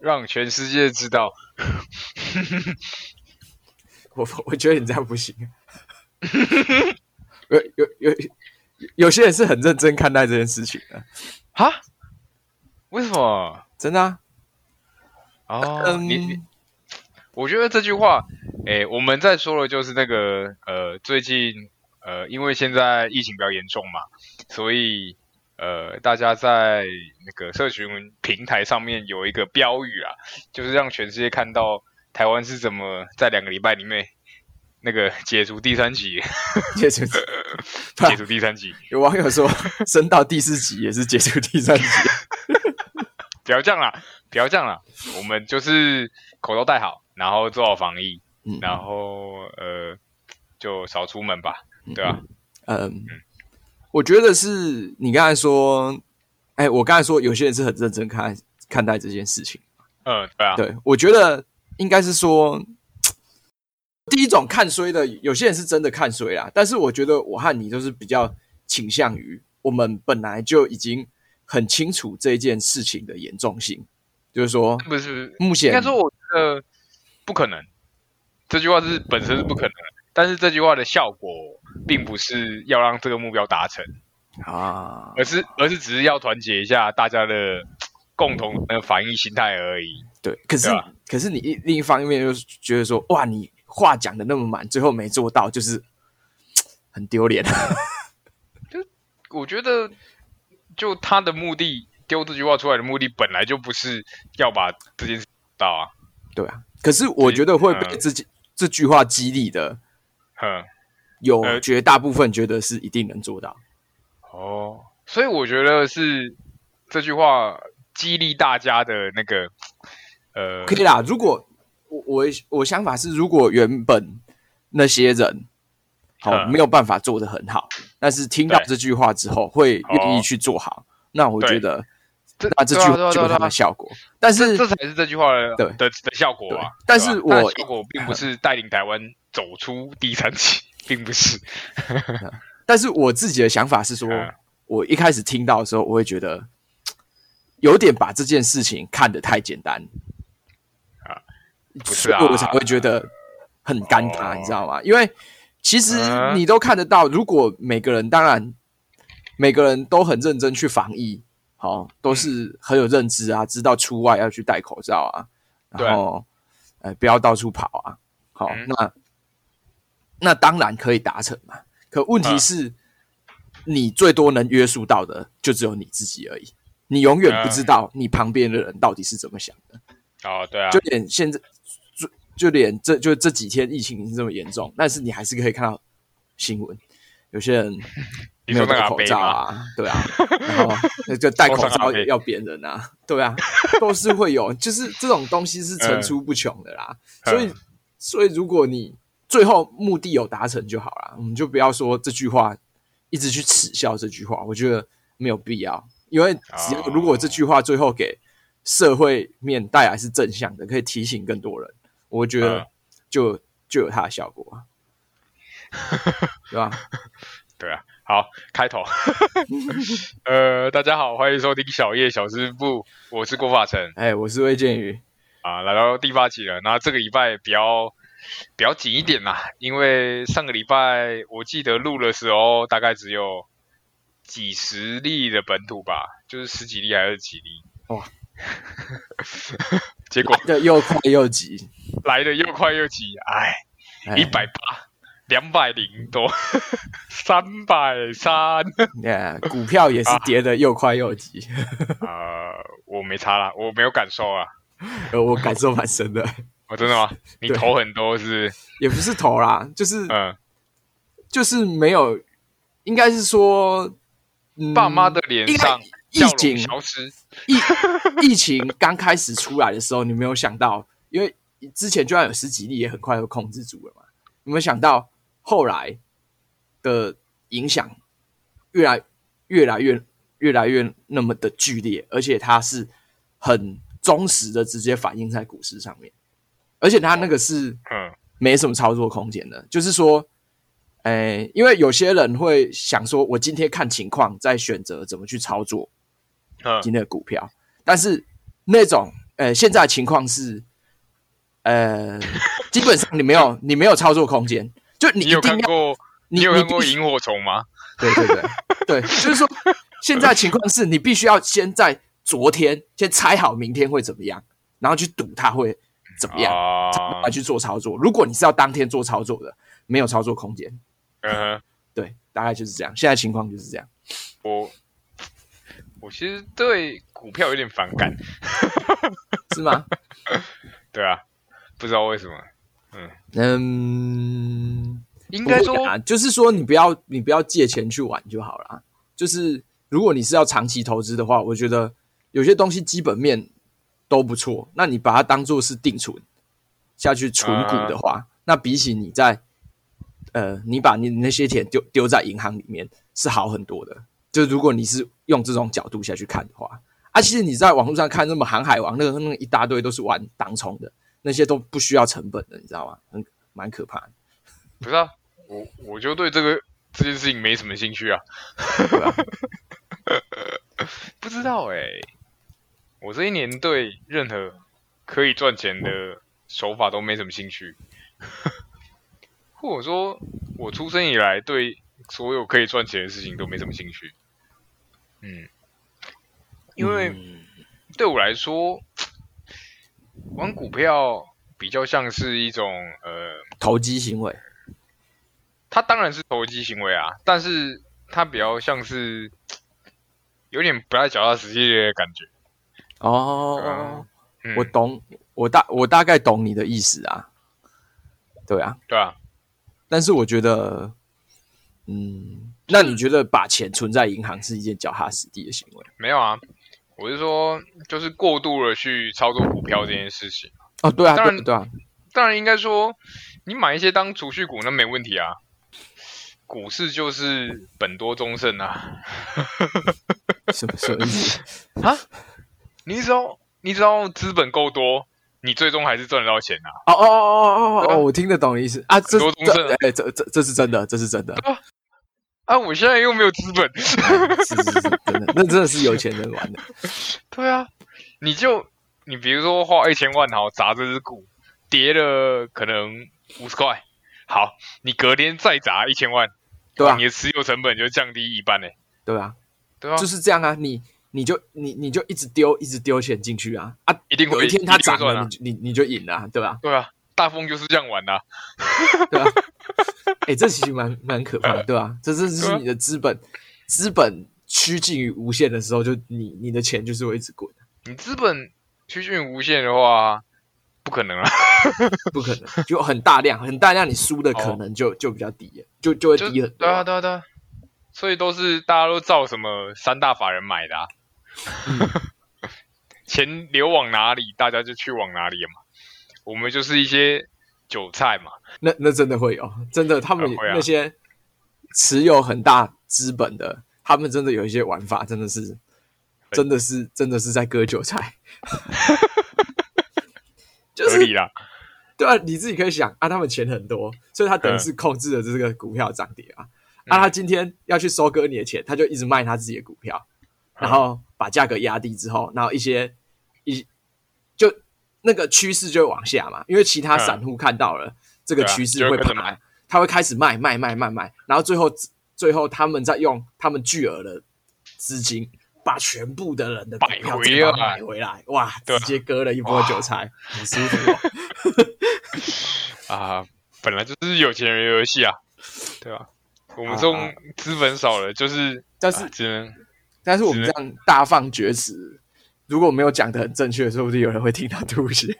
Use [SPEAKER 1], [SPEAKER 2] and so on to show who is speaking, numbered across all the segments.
[SPEAKER 1] 让全世界知道。
[SPEAKER 2] 我我觉得你这样不行。有有有有些人是很认真看待这件事情的，
[SPEAKER 1] 哈？为什么？
[SPEAKER 2] 真的、啊。
[SPEAKER 1] 哦，
[SPEAKER 2] 嗯
[SPEAKER 1] 你你，我觉得这句话，诶、我们在说的就是那个呃，最近呃，因为现在疫情比较严重嘛，所以呃，大家在那个社群平台上面有一个标语啊，就是让全世界看到台湾是怎么在两个礼拜里面那个解除第三级，
[SPEAKER 2] 解除啊
[SPEAKER 1] 解除第三级，
[SPEAKER 2] 有网友说，升到第四级也是解除第三级。
[SPEAKER 1] 不要这样啦，不要这样啦，我们就是口罩戴好，然后做好防疫，
[SPEAKER 2] 嗯
[SPEAKER 1] 然后呃，就少出门吧，对吧、
[SPEAKER 2] 嗯，我觉得是你刚才说，哎，我刚才说有些人是很认真看看待这件事情。
[SPEAKER 1] 嗯，对啊，
[SPEAKER 2] 对，我觉得应该是说，第一种看衰的，有些人是真的看衰啦。但是我觉得我和你都是比较倾向于，我们本来就已经很清楚这件事情的严重性，就是说，
[SPEAKER 1] 不是不是，
[SPEAKER 2] 目
[SPEAKER 1] 应
[SPEAKER 2] 前
[SPEAKER 1] 该说我觉得不可能，这句话是本身是不可能的，但是这句话的效果并不是要让这个目标达成，
[SPEAKER 2] 啊，
[SPEAKER 1] 而是而是只是要团结一下大家的共同的防疫心态而已。
[SPEAKER 2] 对，可是、
[SPEAKER 1] 对啊
[SPEAKER 2] 可是你一另一方面又觉得说，哇，你话讲的那么满，最后没做到，就是很丢脸。啊
[SPEAKER 1] 我觉得，就他的目的丢这句话出来的目的，本来就不是要把这件事到啊，
[SPEAKER 2] 对啊，可是我觉得会被
[SPEAKER 1] 嗯
[SPEAKER 2] 这、这句话激励的，
[SPEAKER 1] 哼，
[SPEAKER 2] 有
[SPEAKER 1] 呃
[SPEAKER 2] 绝大部分觉得是一定能做到。
[SPEAKER 1] 哦，所以我觉得是这句话激励大家的那个，呃，
[SPEAKER 2] 可以啦，如果我我我想法是，如果原本那些人好、
[SPEAKER 1] 嗯
[SPEAKER 2] 没有办法做得很好，但是听到
[SPEAKER 1] 对
[SPEAKER 2] 这句话之后会愿意
[SPEAKER 1] 哦
[SPEAKER 2] 去做好，那我觉
[SPEAKER 1] 对
[SPEAKER 2] 得
[SPEAKER 1] 这
[SPEAKER 2] 那这
[SPEAKER 1] 对
[SPEAKER 2] 句
[SPEAKER 1] 啊对
[SPEAKER 2] 话
[SPEAKER 1] 啊对
[SPEAKER 2] 就
[SPEAKER 1] 啊
[SPEAKER 2] 有它
[SPEAKER 1] 对
[SPEAKER 2] 的
[SPEAKER 1] 啊
[SPEAKER 2] 效果。但是
[SPEAKER 1] 这才是这句话的
[SPEAKER 2] 对
[SPEAKER 1] 的的效果啊
[SPEAKER 2] 对。但
[SPEAKER 1] 对吧
[SPEAKER 2] 是
[SPEAKER 1] 它的
[SPEAKER 2] 我嗯
[SPEAKER 1] 效果并不是带领台湾走出第三期，并不是。
[SPEAKER 2] 但是我自己的想法是说，
[SPEAKER 1] 嗯
[SPEAKER 2] 我一开始听到的时候，我会觉得嘖有点把这件事情看得太简单
[SPEAKER 1] 啊，不是
[SPEAKER 2] 所
[SPEAKER 1] 啊
[SPEAKER 2] 以我才会觉得很尴尬，
[SPEAKER 1] 哦
[SPEAKER 2] 你知道吗？因为其实
[SPEAKER 1] 嗯
[SPEAKER 2] 你都看得到，如果每个人当然每个人都很认真去防疫，好、都是很有认知啊，知道出外要去戴口罩啊，
[SPEAKER 1] 嗯对
[SPEAKER 2] 然后呃不要到处跑啊，好、
[SPEAKER 1] 嗯
[SPEAKER 2] 那那当然可以达成嘛。可问题
[SPEAKER 1] 嗯
[SPEAKER 2] 是，你最多能约束到的就只有你自己而已。你永远不知道你旁边的人到底是怎么想的，
[SPEAKER 1] 哦，嗯对啊
[SPEAKER 2] 就，连现在，就就连这就这几天疫情这么严重，但是你还是可以看到新闻，有些人
[SPEAKER 1] 你
[SPEAKER 2] 没
[SPEAKER 1] 说那
[SPEAKER 2] 有
[SPEAKER 1] 个
[SPEAKER 2] 戴
[SPEAKER 1] 阿
[SPEAKER 2] 口
[SPEAKER 1] 伯
[SPEAKER 2] 罩啊，对啊，然后 那就戴口
[SPEAKER 1] 冲上
[SPEAKER 2] 罩
[SPEAKER 1] 阿伯
[SPEAKER 2] 要扁人啊，对啊，都是会有，就是这种东西是层出不穷的啦。
[SPEAKER 1] 嗯
[SPEAKER 2] 所以，所以如果你最后目的有达成就好啦，我们就不要说这句话，一直去耻笑这句话，我觉得没有必要，因为只要
[SPEAKER 1] 哦
[SPEAKER 2] 如果这句话最后给社会面带来是正向的，可以提醒更多人，我觉得
[SPEAKER 1] 嗯
[SPEAKER 2] 就、就有它的 效果啊，对吧？
[SPEAKER 1] 对啊。好，开头。 呃，大家好，欢迎收听小叶小师傅，我是郭法成
[SPEAKER 2] 哎，我是魏建宇，
[SPEAKER 1] 啊，来到第八集了。那这个礼拜比较比较紧一点啦，因为上个礼拜我记得录的时候大概只有几十例的本土吧，就是十几例还是几例。
[SPEAKER 2] 哇！
[SPEAKER 1] 结 果
[SPEAKER 2] 对，又快又急，
[SPEAKER 1] 来的又快又急，哎，
[SPEAKER 2] 哎
[SPEAKER 1] 一百八、两百零多、三百三，
[SPEAKER 2] 哎股票也是
[SPEAKER 1] 啊
[SPEAKER 2] 跌得又快又急，
[SPEAKER 1] 呃，我没差啦，我没有感受啊，
[SPEAKER 2] 呃，我感受蛮深的，
[SPEAKER 1] 哦，真的吗？你
[SPEAKER 2] 对
[SPEAKER 1] 投很多是不是？
[SPEAKER 2] 也不是投啦，就是
[SPEAKER 1] 嗯，
[SPEAKER 2] 就是没有，应该是说，嗯
[SPEAKER 1] 爸妈的脸
[SPEAKER 2] 应该
[SPEAKER 1] 上
[SPEAKER 2] 疫
[SPEAKER 1] 笑容
[SPEAKER 2] 情
[SPEAKER 1] 消失，
[SPEAKER 2] 疫疫情刚开始出来的时候，你没有想到，因为之前就算有十几例，也很快就控制住了嘛。有没有想到后来的影响越来越来越越来越那么的剧烈，而且它是很忠实的直接反映在股市上面，而且它那个是
[SPEAKER 1] 嗯，
[SPEAKER 2] 没什么操作空间的。就是说，哎、因为有些人会想说，我今天看情况再选择怎么去操作，
[SPEAKER 1] 嗯
[SPEAKER 2] 今天的股票，但是那种呃，现在的情况是，呃，基本上你没有你没有操作空间，就你
[SPEAKER 1] 你
[SPEAKER 2] 一
[SPEAKER 1] 有
[SPEAKER 2] 定
[SPEAKER 1] 看
[SPEAKER 2] 要
[SPEAKER 1] 过
[SPEAKER 2] 你
[SPEAKER 1] 有
[SPEAKER 2] 你
[SPEAKER 1] 看过
[SPEAKER 2] 必须
[SPEAKER 1] 萤火虫吗？
[SPEAKER 2] 对对对对，就是说现在情况是你必须要先在昨天先猜好明天会怎么样，然后去赌它会怎么样，才有办
[SPEAKER 1] 啊
[SPEAKER 2] 法，去做操作。如果你是要当天做操作的，没有操作空间，
[SPEAKER 1] 嗯哼，
[SPEAKER 2] 对，大概就是这样。现在情况就是这样。
[SPEAKER 1] 我我其实对股票有点反感，
[SPEAKER 2] 是吗？
[SPEAKER 1] 对啊，不知道为什么，
[SPEAKER 2] 嗯，
[SPEAKER 1] 应该说
[SPEAKER 2] 不会啊，就是说你不要你不要借钱去玩就好了。就是如果你是要长期投资的话，我觉得有些东西基本面都不错，那你把它当做是定存下去存
[SPEAKER 1] 啊
[SPEAKER 2] 股的话，那比起你在呃你把你那些钱丢丢在银行里面是好很多的。就是如果你是用这种角度下去看的话，啊，其实你在网络上看那么航海王那个那个一大堆都是玩当冲的，那些都不需要成本的，你知道吗？很蛮可怕的。
[SPEAKER 1] 不是啊，我我就对这个这件事情没什么兴趣啊， 不知道哎、我这一年对任何可以赚钱的手法都没什么兴趣，或者说，我出生以来对所有可以赚钱的事情都没什么兴趣，嗯，因为。
[SPEAKER 2] 嗯
[SPEAKER 1] 对我来说，玩股票比较像是一种呃，
[SPEAKER 2] 投机行为，
[SPEAKER 1] 它当然是投机行为啊，但是它比较像是有点不太脚踏实地的感觉。
[SPEAKER 2] 哦，
[SPEAKER 1] 嗯，
[SPEAKER 2] 我懂，我大我大概懂你的意思啊，对啊，
[SPEAKER 1] 对啊，
[SPEAKER 2] 但是我觉得，嗯，那你觉得把钱存在银行是一件脚踏实地的行为？
[SPEAKER 1] 没有啊，我是说，就是过度的去操作股票这件事情。
[SPEAKER 2] 哦，对啊，
[SPEAKER 1] 当
[SPEAKER 2] 对
[SPEAKER 1] 然
[SPEAKER 2] 啊对啊，
[SPEAKER 1] 当然应该说，你买一些当储蓄股那没问题啊，股市就是本多终胜啊。
[SPEAKER 2] 什么什么意思？
[SPEAKER 1] 你只要你只要资本够多，你最终还是赚得到钱啊。
[SPEAKER 2] 哦哦哦哦哦
[SPEAKER 1] 对啊
[SPEAKER 2] 哦，我听得懂你意思啊，这
[SPEAKER 1] 多中正
[SPEAKER 2] 这哎这这这是真的，这是真 的，
[SPEAKER 1] 啊，我现在又没有资本。
[SPEAKER 2] 是是是真的，那真的是有钱人玩的，
[SPEAKER 1] 对啊，你就你比如说花一千万好砸这只股，跌了可能五十块，好，你隔天再砸一千万，
[SPEAKER 2] 对啊
[SPEAKER 1] 你的持有成本就降低一半嘞、
[SPEAKER 2] 对啊，
[SPEAKER 1] 对啊，
[SPEAKER 2] 就是这样啊，你你就你你就一直丢一直丢钱进去啊啊，
[SPEAKER 1] 一定会
[SPEAKER 2] 有一天它
[SPEAKER 1] 一定
[SPEAKER 2] 涨
[SPEAKER 1] 会赚
[SPEAKER 2] 了，
[SPEAKER 1] 啊
[SPEAKER 2] 你，就你你就赢了啊，对吧？
[SPEAKER 1] 对啊，大风就是这样玩的啊、
[SPEAKER 2] 对啊， 哎、这其实蛮蛮可
[SPEAKER 1] 哎
[SPEAKER 2] 怕的，对啊，这这就是你的资本，资本趋近于无限的时候，就你你的钱就是会一直滚，
[SPEAKER 1] 你资本趋近于无限的话，不可能啊，
[SPEAKER 2] 不可 能，就很大量，很大量，你输的可能就、就比较低，就就会
[SPEAKER 1] 哦就
[SPEAKER 2] 低很多。
[SPEAKER 1] 对啊，对啊，对啊，所以都是大家都照什么三大法人买的、啊，
[SPEAKER 2] 嗯
[SPEAKER 1] 钱流往哪里，大家就去往哪里了嘛。我们就是一些韭菜嘛，
[SPEAKER 2] 那那真的会有，真的，他们、
[SPEAKER 1] 呃会啊
[SPEAKER 2] 那些持有很大资本的，他们真的有一些玩法，真的是，真的是，真的是在割韭菜， 就
[SPEAKER 1] 合
[SPEAKER 2] 是
[SPEAKER 1] 理啦。
[SPEAKER 2] 对啊，你自己可以想啊，他们钱很多，所以他等于是控制了这个股票涨跌啊。啊，
[SPEAKER 1] 嗯
[SPEAKER 2] 他今天要去收割你的钱，他就一直卖他自己的股票，
[SPEAKER 1] 嗯
[SPEAKER 2] 然后把价格压低之后，然后一些一就那个趋势就会往下嘛，因为其他
[SPEAKER 1] 嗯
[SPEAKER 2] 散户看到了这个
[SPEAKER 1] 对啊
[SPEAKER 2] 趋势
[SPEAKER 1] 就
[SPEAKER 2] 会
[SPEAKER 1] 会跟着
[SPEAKER 2] 爬
[SPEAKER 1] 买，
[SPEAKER 2] 他会开始卖卖卖卖卖，然后最后最后他们再用他们巨额的资金把全部的人的股
[SPEAKER 1] 买
[SPEAKER 2] 票
[SPEAKER 1] 回
[SPEAKER 2] 直接把它
[SPEAKER 1] 来
[SPEAKER 2] 买回来，哇，
[SPEAKER 1] 对啊
[SPEAKER 2] 直接割了一波
[SPEAKER 1] 哇
[SPEAKER 2] 韭菜，很舒服、哦。
[SPEAKER 1] 啊，本来就是有钱人的游戏啊，对吧、我们这种资本少了，就是
[SPEAKER 2] 啊但是
[SPEAKER 1] 啊只能
[SPEAKER 2] 但是我们这样大放厥词，如果没有讲的很正确，说不定有人会听到吐血。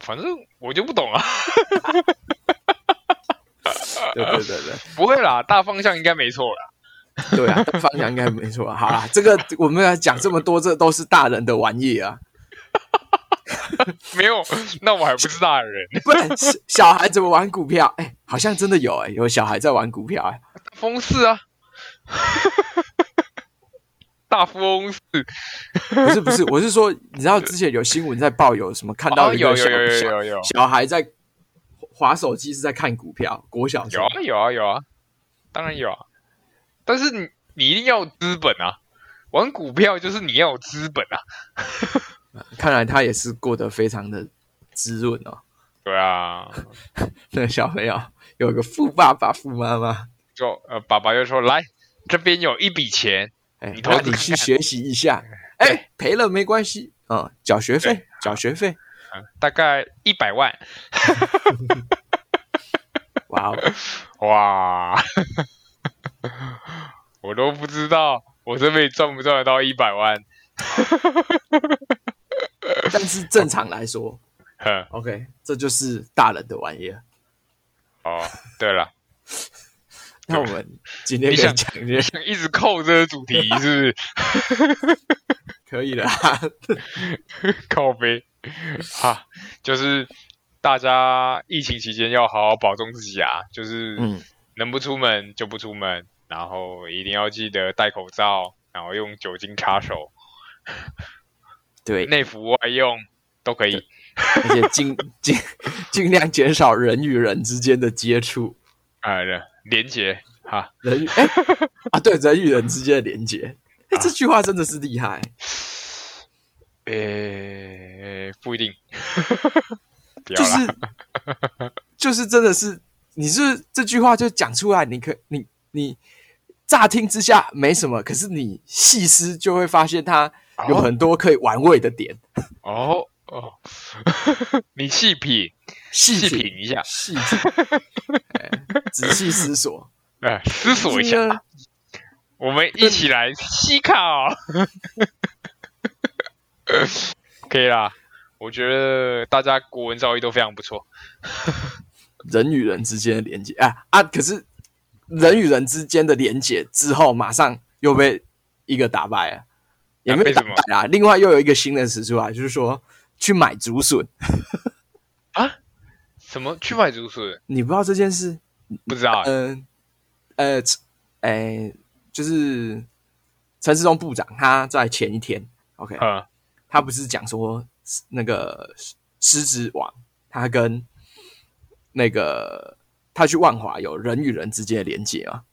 [SPEAKER 1] 反正我就不懂啊，
[SPEAKER 2] 对对对对，
[SPEAKER 1] 不会啦，大方向应该没错啦。
[SPEAKER 2] 对啊，大方向应该没错啊。好啦，这个我们要讲这么多，这都是大人的玩意啊，
[SPEAKER 1] 没有， 那我还不是大人，
[SPEAKER 2] 不然小小孩怎么玩股票？哎、好像真的有哎、有小孩在玩股票哎、
[SPEAKER 1] 大风势啊， 大富翁是
[SPEAKER 2] 不是不是，我是说，你知道之前有新闻在报，有什么看到
[SPEAKER 1] 哦
[SPEAKER 2] 一个
[SPEAKER 1] 有有
[SPEAKER 2] 小、
[SPEAKER 1] 有有
[SPEAKER 2] 小
[SPEAKER 1] 有有
[SPEAKER 2] 小孩在划手机是在看股票，国小生
[SPEAKER 1] 有啊有啊有啊，当然有啊，但是你你一定要有资本啊，玩股票就是你要有资本啊，
[SPEAKER 2] 看来他也是过得非常的滋润哦。
[SPEAKER 1] 对啊，
[SPEAKER 2] 那个小朋友有个富爸爸、富妈妈，
[SPEAKER 1] 就呃，爸爸就说来这边有一笔钱，
[SPEAKER 2] 哎，
[SPEAKER 1] 你投
[SPEAKER 2] 那
[SPEAKER 1] 资
[SPEAKER 2] 你
[SPEAKER 1] 看
[SPEAKER 2] 去
[SPEAKER 1] 看
[SPEAKER 2] 学习一下，哎，赔了没关系，嗯，缴学费
[SPEAKER 1] 对，
[SPEAKER 2] 缴学费，
[SPEAKER 1] 呃大概一百万，
[SPEAKER 2] 哇 哦，
[SPEAKER 1] 哇， 我都不知道我这辈子赚不赚得到一百万，
[SPEAKER 2] 但是正常来说
[SPEAKER 1] 哼，
[SPEAKER 2] ，OK，这就是大人的玩意儿。
[SPEAKER 1] 哦，对了，
[SPEAKER 2] 那我们今天
[SPEAKER 1] 你
[SPEAKER 2] 可以
[SPEAKER 1] 想
[SPEAKER 2] 讲一些
[SPEAKER 1] 想 一直扣这个主题是
[SPEAKER 2] 可以 的啦，
[SPEAKER 1] 不是？ 靠背啊，就是大家疫情期间要好好保重自己啊，就是
[SPEAKER 2] 嗯，
[SPEAKER 1] 能不出门就不出门，然后一定要记得戴口罩，然后用酒精擦手，
[SPEAKER 2] 对，
[SPEAKER 1] 内服外用都可以。
[SPEAKER 2] 而且尽尽尽量减少人与人之间的接触，
[SPEAKER 1] 啊，对连结哈，
[SPEAKER 2] 人与哎啊，对，人与人之间的连接，哎，
[SPEAKER 1] 啊
[SPEAKER 2] 这句话真的是厉害，
[SPEAKER 1] 诶、呃不一定，不要
[SPEAKER 2] 就
[SPEAKER 1] 啦，
[SPEAKER 2] 是就是真的是，你是这句话就讲出来，你可你你乍听之下没什么，可是你细思就会发现它有
[SPEAKER 1] 哦
[SPEAKER 2] 很多可以玩味的点，
[SPEAKER 1] 哦哦， 你细品
[SPEAKER 2] 细
[SPEAKER 1] 细
[SPEAKER 2] 品
[SPEAKER 1] 品一下，
[SPEAKER 2] 细品，哎仔细思索，
[SPEAKER 1] 呃，思索一
[SPEAKER 2] 这个
[SPEAKER 1] 下，我们一起来哦细考。可以啦，我觉得大家国文造诣都非常不错。
[SPEAKER 2] 人与人之间的连接啊啊！可是人与人之间的连接之后，马上又被一个打败了，也没有
[SPEAKER 1] 被
[SPEAKER 2] 打
[SPEAKER 1] 什么
[SPEAKER 2] 败啊。另外又有一个新的词出来，就是说去买竹笋，
[SPEAKER 1] 啊？什么去买竹笋？
[SPEAKER 2] 你不知道这件事？
[SPEAKER 1] 不知道、欸。
[SPEAKER 2] 嗯呃，陈哎、就是陈世忠部长他在前一天，OK，
[SPEAKER 1] 嗯
[SPEAKER 2] 他不是讲说那个狮子王，他跟那个他去万华有人与人之间的连接嘛？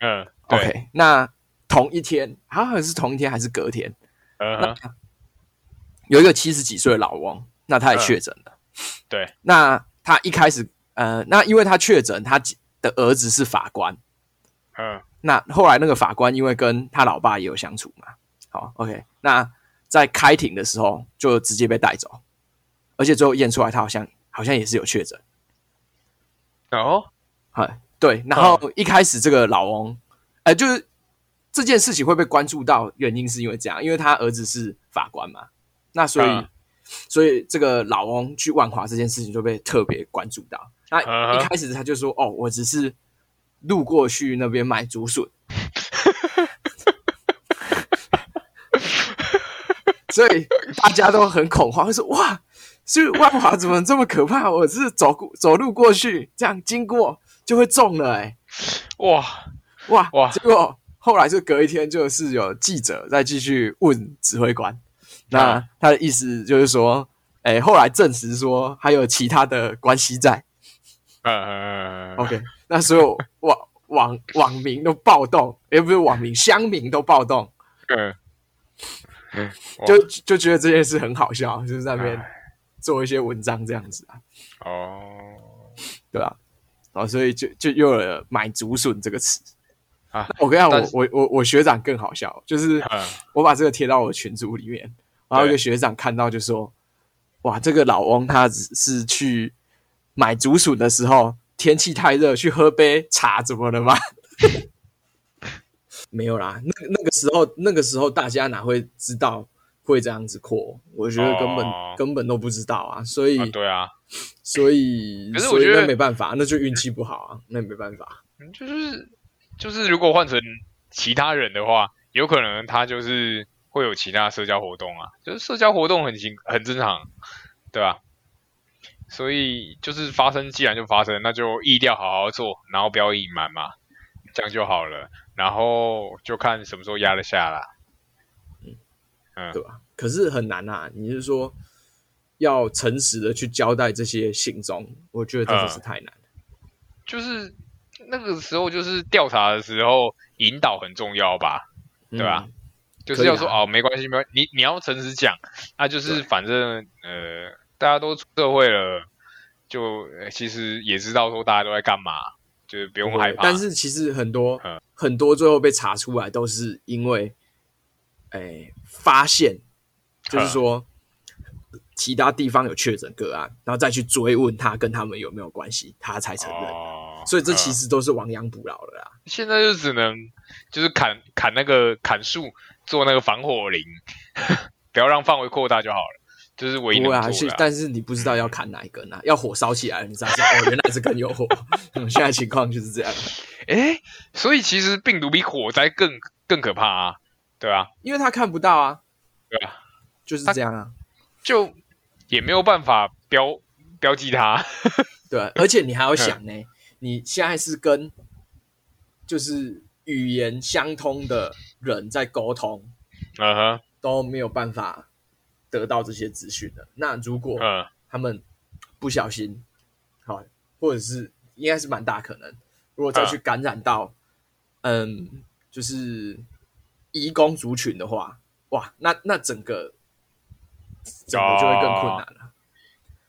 [SPEAKER 1] 嗯，对
[SPEAKER 2] OK，那同一天，好像是同一天还是隔天，
[SPEAKER 1] 嗯哼，
[SPEAKER 2] 有一个七十几岁的老翁，那他也确诊了。
[SPEAKER 1] 嗯对，
[SPEAKER 2] 那他一开始，呃，那因为他确诊，他的儿子是法官。
[SPEAKER 1] 嗯
[SPEAKER 2] 那后来那个法官因为跟他老爸也有相处嘛，好，OK，那在开庭的时候就直接被带走，而且最后验出来他好像好像也是有确诊。
[SPEAKER 1] 哦，
[SPEAKER 2] 哎，对，然后一开始这个老翁，呃，就是这件事情会被关注到，原因是因为这样，因为他儿子是法官嘛，那所以、
[SPEAKER 1] 嗯
[SPEAKER 2] 所以这个老翁去万华这件事情就被特别关注到。那
[SPEAKER 1] 嗯
[SPEAKER 2] 一
[SPEAKER 1] 哼
[SPEAKER 2] 开始他就说：“哦，我只是路过去那边买竹笋。”所以大家都很恐慌，说：“哇，是万华怎么这么可怕？我是走过走路过去，这样经过就会中了、欸，哎，
[SPEAKER 1] 哇，
[SPEAKER 2] 哇
[SPEAKER 1] 哇
[SPEAKER 2] 结果后来就隔一天，就是有记者再继续问指挥官，那
[SPEAKER 1] 嗯
[SPEAKER 2] 他的意思就是说，哎、后来证实说还有其他的关系在。
[SPEAKER 1] 嗯嗯
[SPEAKER 2] OK，那所有网网网民都暴动， 也、不是网民，乡民都暴动，
[SPEAKER 1] 嗯嗯，哇
[SPEAKER 2] 就就觉得这件事很好笑，就是在那边
[SPEAKER 1] 哎
[SPEAKER 2] 做一些文章这样子啊，
[SPEAKER 1] 哦，
[SPEAKER 2] 对吧、然后所以就就又有了“买竹笋”这个词
[SPEAKER 1] 啊
[SPEAKER 2] 那我跟你讲，
[SPEAKER 1] 但是
[SPEAKER 2] 我我我我学长更好笑，就是
[SPEAKER 1] 嗯
[SPEAKER 2] 我把这个贴到我群组里面，然后一个学长看到就说：“哇，这个老翁他只是去买竹笋的时候，天气太热，去喝杯茶，怎么了吗？” 没有啦，那那个时候那个时候大家哪会知道会这样子扩？我觉得根本、
[SPEAKER 1] 哦
[SPEAKER 2] 根本都不知道啊，所以、
[SPEAKER 1] 啊，对啊，
[SPEAKER 2] 所以
[SPEAKER 1] 可是我
[SPEAKER 2] 所以
[SPEAKER 1] 觉得
[SPEAKER 2] 那没办法，那就运气不好啊，那没办法。
[SPEAKER 1] 就是就是，如果换成其他人的话，有可能他就是会有其他社交活动啊，就是社交活动很行很正常，对吧？所以就是发生，既然就发生，那就意料好好做，然后不要隐瞒嘛，这样就好了。然后就看什么时候压得下啦。嗯
[SPEAKER 2] 对吧？可是很难啊，你是说要诚实的去交代这些行踪，我觉得真的
[SPEAKER 1] 嗯
[SPEAKER 2] 是太难了。
[SPEAKER 1] 就是那个时候，就是调查的时候引导很重要吧，对吧
[SPEAKER 2] 嗯？
[SPEAKER 1] 就是要
[SPEAKER 2] 可以
[SPEAKER 1] 说
[SPEAKER 2] 啊
[SPEAKER 1] 哦，没关系，没关系，你你要诚实讲，那、就是反正呃，大家都出社会了，就呃其实也知道说大家都在干嘛，就是不用害
[SPEAKER 2] 对
[SPEAKER 1] 怕。
[SPEAKER 2] 但是其实很多、
[SPEAKER 1] 嗯
[SPEAKER 2] 很多最后被查出来都是因为，哎、发现
[SPEAKER 1] 嗯
[SPEAKER 2] 就是说其他地方有确诊个案，然后再去追问他跟他们有没有关系，他才承认。
[SPEAKER 1] 哦，
[SPEAKER 2] 所以这其
[SPEAKER 1] 嗯
[SPEAKER 2] 实都是亡羊补牢了啦。
[SPEAKER 1] 现在就只能就是砍砍那个砍树，做那个防火林， 不要让范围扩大就好了，就是唯一能
[SPEAKER 2] 不会啊，
[SPEAKER 1] 做
[SPEAKER 2] 是
[SPEAKER 1] 的啊、
[SPEAKER 2] 但是你不知道要砍哪一根啊，要火烧起来了，你才知道哦，原来这根有火。 嗯，现在情况就是这样，
[SPEAKER 1] 诶，所以其实病毒比火灾更更可怕啊，对啊，
[SPEAKER 2] 因为他看不到啊，
[SPEAKER 1] 对啊，
[SPEAKER 2] 就是
[SPEAKER 1] 他
[SPEAKER 2] 这样啊。
[SPEAKER 1] 就也没有办法标标记它，
[SPEAKER 2] 对，而且你还要想呢，你现在是跟就是语言相通的人在沟通，
[SPEAKER 1] 嗯哼，
[SPEAKER 2] 都没有办法得到这些资讯的。那如果
[SPEAKER 1] 嗯，
[SPEAKER 2] 他们不小心，好，或者是应该是蛮大可能，如果再去感染到，嗯，就是移工族群的话，哇，那那整个整个就会更困难了。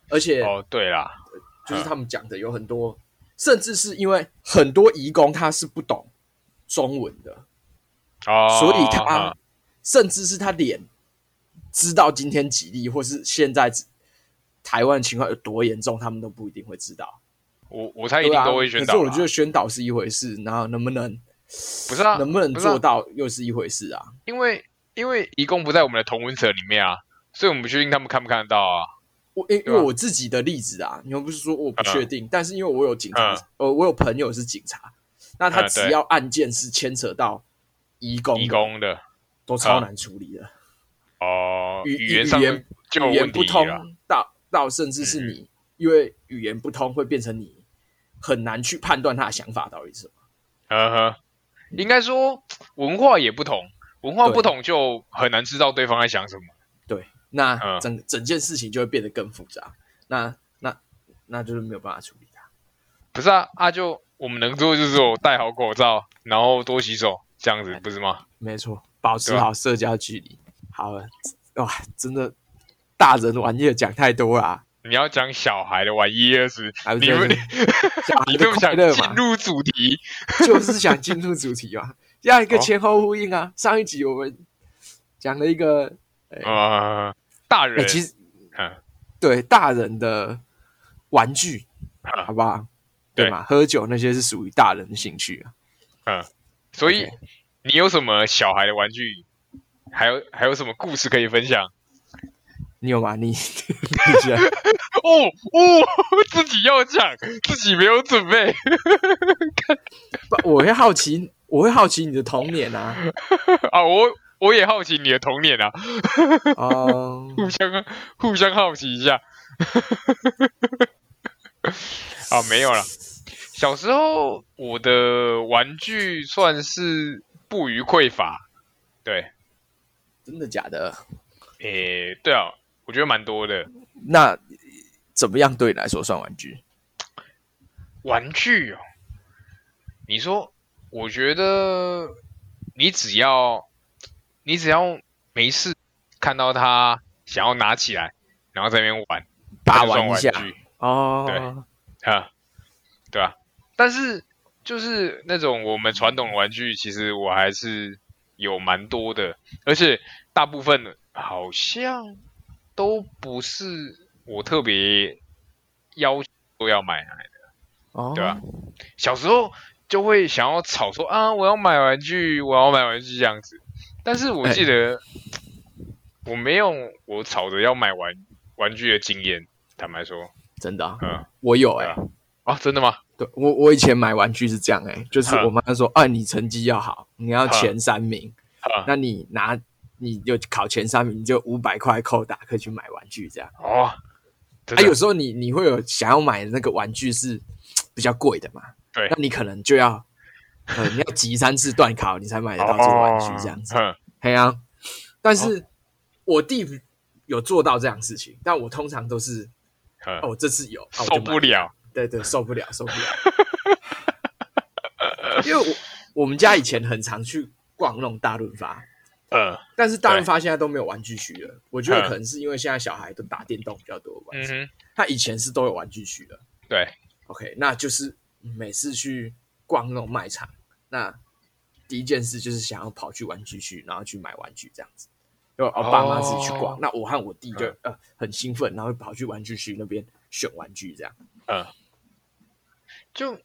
[SPEAKER 2] 而且
[SPEAKER 1] 哦，对啦，嗯
[SPEAKER 2] 就是他们讲的有很多，甚至是因为很多移工他是不懂中文的，
[SPEAKER 1] 哦，
[SPEAKER 2] 所以他
[SPEAKER 1] 嗯
[SPEAKER 2] 甚至是他连知道今天几例，或是现在台湾情况有多严重，他们都不一定会知道。
[SPEAKER 1] 我我猜一
[SPEAKER 2] 对
[SPEAKER 1] 定
[SPEAKER 2] 啊，
[SPEAKER 1] 都会宣
[SPEAKER 2] 可
[SPEAKER 1] 导
[SPEAKER 2] 是
[SPEAKER 1] 啦、
[SPEAKER 2] 我觉得宣导是一回事，然后能不能
[SPEAKER 1] 不是啊，
[SPEAKER 2] 能不能
[SPEAKER 1] 不是啊
[SPEAKER 2] 做到又是一回事啊。
[SPEAKER 1] 因为因为移工不在我们的同文者里面啊，所以我们不确定他们看不看得到啊。
[SPEAKER 2] 我因因
[SPEAKER 1] 对
[SPEAKER 2] 为
[SPEAKER 1] 啊
[SPEAKER 2] 我自己的例子啊，你又不是说我不确定，但是因为我有警察
[SPEAKER 1] 嗯，
[SPEAKER 2] 呃，我有朋友是警察，那他
[SPEAKER 1] 嗯
[SPEAKER 2] 只
[SPEAKER 1] 对
[SPEAKER 2] 要案件是牵扯到移工的，
[SPEAKER 1] 移工的
[SPEAKER 2] 都超难处理的，
[SPEAKER 1] 哦，
[SPEAKER 2] 语
[SPEAKER 1] 语
[SPEAKER 2] 语
[SPEAKER 1] 言上
[SPEAKER 2] 言
[SPEAKER 1] 面嗯就有
[SPEAKER 2] 语言
[SPEAKER 1] 问
[SPEAKER 2] 不
[SPEAKER 1] 题嗯
[SPEAKER 2] 通
[SPEAKER 1] 了。
[SPEAKER 2] 到到甚至是你，因为语言不通会变成你很难去判断他的想法到底是什么。
[SPEAKER 1] 嗯哼，应该说文化也不同，文化不同就很难知道对方在想什么。
[SPEAKER 2] 对，那
[SPEAKER 1] 嗯
[SPEAKER 2] 整、整件事情就会变得更复杂，那那那就是没有办法处理它。
[SPEAKER 1] 不是啊，啊就我们能做的就是我戴好口罩，然后多洗手，这样子不是吗？
[SPEAKER 2] 没错，保持
[SPEAKER 1] 对啊
[SPEAKER 2] 好社交距离。好了，哇，真的大人玩意儿讲太多啦，
[SPEAKER 1] 你要讲小孩的玩意儿是
[SPEAKER 2] 还，不
[SPEAKER 1] 你们
[SPEAKER 2] 是小孩
[SPEAKER 1] 你这
[SPEAKER 2] 的
[SPEAKER 1] 么
[SPEAKER 2] 快
[SPEAKER 1] 想
[SPEAKER 2] 乐
[SPEAKER 1] 进
[SPEAKER 2] 嘛，
[SPEAKER 1] 入主题，
[SPEAKER 2] 就是想进入主题嘛，要一个
[SPEAKER 1] 好
[SPEAKER 2] 前后呼应啊。上一集我们讲了一个
[SPEAKER 1] 呃，大
[SPEAKER 2] 哎、
[SPEAKER 1] 人，
[SPEAKER 2] 其实
[SPEAKER 1] 嗯
[SPEAKER 2] 对大人的玩具，
[SPEAKER 1] 嗯
[SPEAKER 2] 好不好？
[SPEAKER 1] 对
[SPEAKER 2] 对嘛，喝酒那些是属于大人的兴趣啊。
[SPEAKER 1] 嗯所以
[SPEAKER 2] OK
[SPEAKER 1] 你有什么小孩的玩具，还有还有什么故事可以分享？
[SPEAKER 2] 你有吗？你 你觉得
[SPEAKER 1] 哦哦， 自己要讲，自己没有准备。
[SPEAKER 2] 不我会好奇，我会好奇你的童年啊。
[SPEAKER 1] 啊，我我也好奇你的童年啊，
[SPEAKER 2] 哦、
[SPEAKER 1] 互相互相好奇一下。 啊，没有啦。小时候我的玩具算是不虞匮乏，对，
[SPEAKER 2] 真的假的？
[SPEAKER 1] 诶，对啊，我觉得蛮多的
[SPEAKER 2] 那怎么样对你来说算玩具？
[SPEAKER 1] 玩具哦。你说，我觉得你只要你只要没事看到它，想要拿起来，然后在那边玩，
[SPEAKER 2] 把
[SPEAKER 1] 它就算
[SPEAKER 2] 玩一
[SPEAKER 1] 玩
[SPEAKER 2] 下
[SPEAKER 1] 具
[SPEAKER 2] 哦，
[SPEAKER 1] 啊，对啊，但是就是那种我们传统的玩具，其实我还是有蛮多的，而且大部分好像都不是我特别要求要买来的。
[SPEAKER 2] 哦，
[SPEAKER 1] 对啊小时候就会想要吵说啊，我要买玩具，我要买玩具这样子。但是我记
[SPEAKER 2] 哎
[SPEAKER 1] 得、我没有我吵着要买玩玩具的经验，坦白说，
[SPEAKER 2] 真的啊、
[SPEAKER 1] 嗯，
[SPEAKER 2] 我有哎、
[SPEAKER 1] 对啊啊，真的吗？
[SPEAKER 2] 对我我以前买玩具是这样哎、就是
[SPEAKER 1] 嗯
[SPEAKER 2] 我妈说，啊，你成绩要好，你要前三名，
[SPEAKER 1] 啊，
[SPEAKER 2] 那你拿你就考前三名，你就五百块扣打可以去买玩具这样。
[SPEAKER 1] 哦，真
[SPEAKER 2] 啊，
[SPEAKER 1] 的
[SPEAKER 2] 有时候你你会有想要买的那个玩具是比较贵的嘛？
[SPEAKER 1] 对
[SPEAKER 2] 那你可能就要，呃，你要集三次断考，你才买得到这个玩具这样子。
[SPEAKER 1] 哦
[SPEAKER 2] 嘿啊，但是我弟有做到这样事情，但我通常都是，
[SPEAKER 1] 嗯
[SPEAKER 2] 哦，我这次有，啊、我就
[SPEAKER 1] 受
[SPEAKER 2] 买
[SPEAKER 1] 不，了，
[SPEAKER 2] 对对，受不了，受不 了，因为我我们家以前很常去逛那种大润发，
[SPEAKER 1] 嗯
[SPEAKER 2] 但是大润
[SPEAKER 1] 对
[SPEAKER 2] 发现在都没有玩具区了，我觉得
[SPEAKER 1] 嗯
[SPEAKER 2] 可能是因为现在小孩都打电动比较多的关
[SPEAKER 1] 嗯
[SPEAKER 2] 系。
[SPEAKER 1] 哼，
[SPEAKER 2] 他以前是都有玩具区的
[SPEAKER 1] 对，
[SPEAKER 2] ，OK，那就是每次去逛那种卖场，那第一件事就是想要跑去玩具区，然后去买玩具这样子。因为我爸妈自己去逛，
[SPEAKER 1] 哦
[SPEAKER 2] 那我和我弟就、
[SPEAKER 1] 嗯
[SPEAKER 2] 呃很兴奋，然后跑去玩具区那边选玩具这样。
[SPEAKER 1] 嗯，就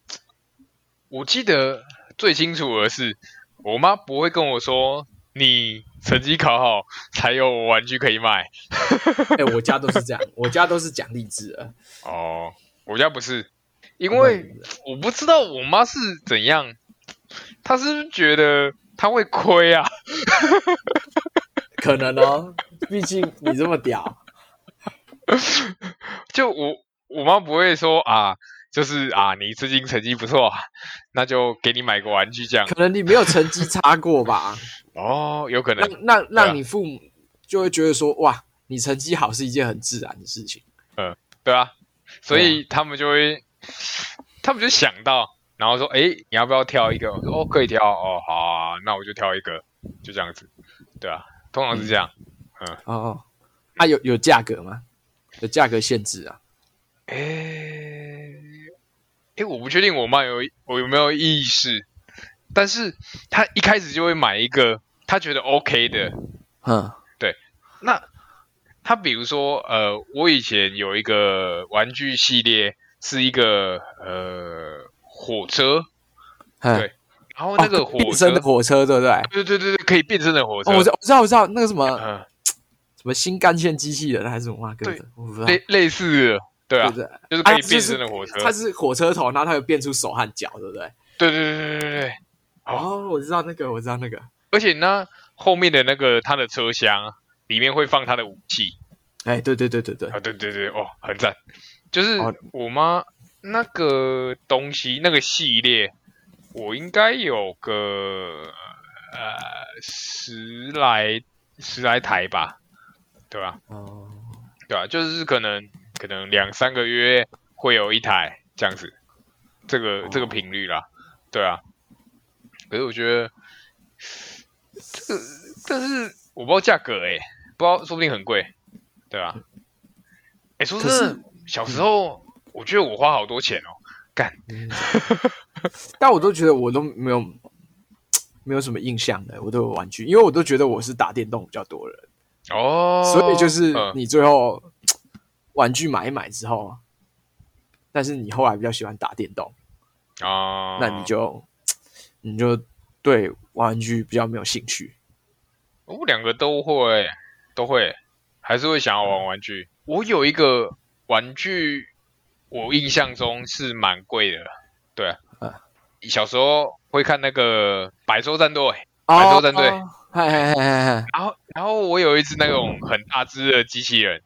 [SPEAKER 1] 我记得最清楚的是，我妈不会跟我说你成绩考好才有玩具可以买
[SPEAKER 2] 哎、我家都是这样，我家都是奖励制的，
[SPEAKER 1] 哦，我家不是，因
[SPEAKER 2] 不会
[SPEAKER 1] 为我不知道我妈是怎样，她是不是觉得她会亏啊？
[SPEAKER 2] 可能哦，毕竟你这么屌，
[SPEAKER 1] 就我我妈不会说啊，就是啊，你最近成绩不错，啊，那就给你买个玩具这样
[SPEAKER 2] 可能你没有成绩差过 吧？
[SPEAKER 1] 哦，有可能，
[SPEAKER 2] 让让
[SPEAKER 1] 啊
[SPEAKER 2] 让你父母就会觉得说，哇，你成绩好是一件很自然的事情。
[SPEAKER 1] 对啊，所
[SPEAKER 2] 对啊
[SPEAKER 1] 以他们就会，他们就想到，然后说，诶，你要不要挑一个？我说哦，可以挑，哦，好啊，那我就挑一个，就这样子，对啊，通常是这样，
[SPEAKER 2] 哦，啊，有有价格吗？有价格限制啊？
[SPEAKER 1] 诶，诶，我不确定我妈有我有没有意识，但是她一开始就会买一个她觉得 OK 的，
[SPEAKER 2] 哼，
[SPEAKER 1] 那他比如说，呃，我以前有一个玩具系列是一个呃火车，
[SPEAKER 2] 对
[SPEAKER 1] 对，然后那个火
[SPEAKER 2] 哦变
[SPEAKER 1] 车，
[SPEAKER 2] 身的火车，对不对？
[SPEAKER 1] 对对对对，可以变身的火车，
[SPEAKER 2] 哦，我知我知道，我知道那个什么
[SPEAKER 1] 呃
[SPEAKER 2] 什么新干线机器人还是什么啊？跟
[SPEAKER 1] 对
[SPEAKER 2] 着我不知道，
[SPEAKER 1] 类类似的，对啊
[SPEAKER 2] 对，对，
[SPEAKER 1] 就是
[SPEAKER 2] 啊
[SPEAKER 1] 可以
[SPEAKER 2] 就
[SPEAKER 1] 变
[SPEAKER 2] 是
[SPEAKER 1] 身的火车，
[SPEAKER 2] 它是火车头，然后它有变出手和脚，对不对？
[SPEAKER 1] 对对对对对对，
[SPEAKER 2] 哦，我知道那个，我知道那个，
[SPEAKER 1] 而且呢，后面的那个它的车厢里面会放它的武器
[SPEAKER 2] 哎，对对对对对，
[SPEAKER 1] 啊，对对对，哦，很赞，就是
[SPEAKER 2] 哦
[SPEAKER 1] 我妈那个东西那个系列，我应该有个呃十来十来台吧，对吧、
[SPEAKER 2] 哦，
[SPEAKER 1] 对啊，就是可能可能两三个月会有一台这样子，这个、这个
[SPEAKER 2] 哦
[SPEAKER 1] 频率啦，对啊。可是我觉得这个，但是我不知道价格诶、不知道说不定很贵，对啊。哎、说真
[SPEAKER 2] 可
[SPEAKER 1] 的，小时候我觉得我花好多钱哦，
[SPEAKER 2] 嗯但我都觉得我都没有没有什么印象的，我都有玩具，因为我都觉得我是打电动比较多的人，
[SPEAKER 1] 哦，
[SPEAKER 2] 所以就是
[SPEAKER 1] 嗯
[SPEAKER 2] 你最后玩具买一买之后，但是你后来比较喜欢打电动，
[SPEAKER 1] 啊，
[SPEAKER 2] 那你就你就对玩具比较没有兴趣。
[SPEAKER 1] 我两个都会，都会，还是会想要玩玩具。我有一个玩具，我印象中是蛮贵的，对啊
[SPEAKER 2] 嗯，
[SPEAKER 1] 小时候会看那个《百兽战队》，
[SPEAKER 2] 哦
[SPEAKER 1] 百兽战队
[SPEAKER 2] 嗨嗨嗨
[SPEAKER 1] 然后然后我有一只那种很大只的机器人，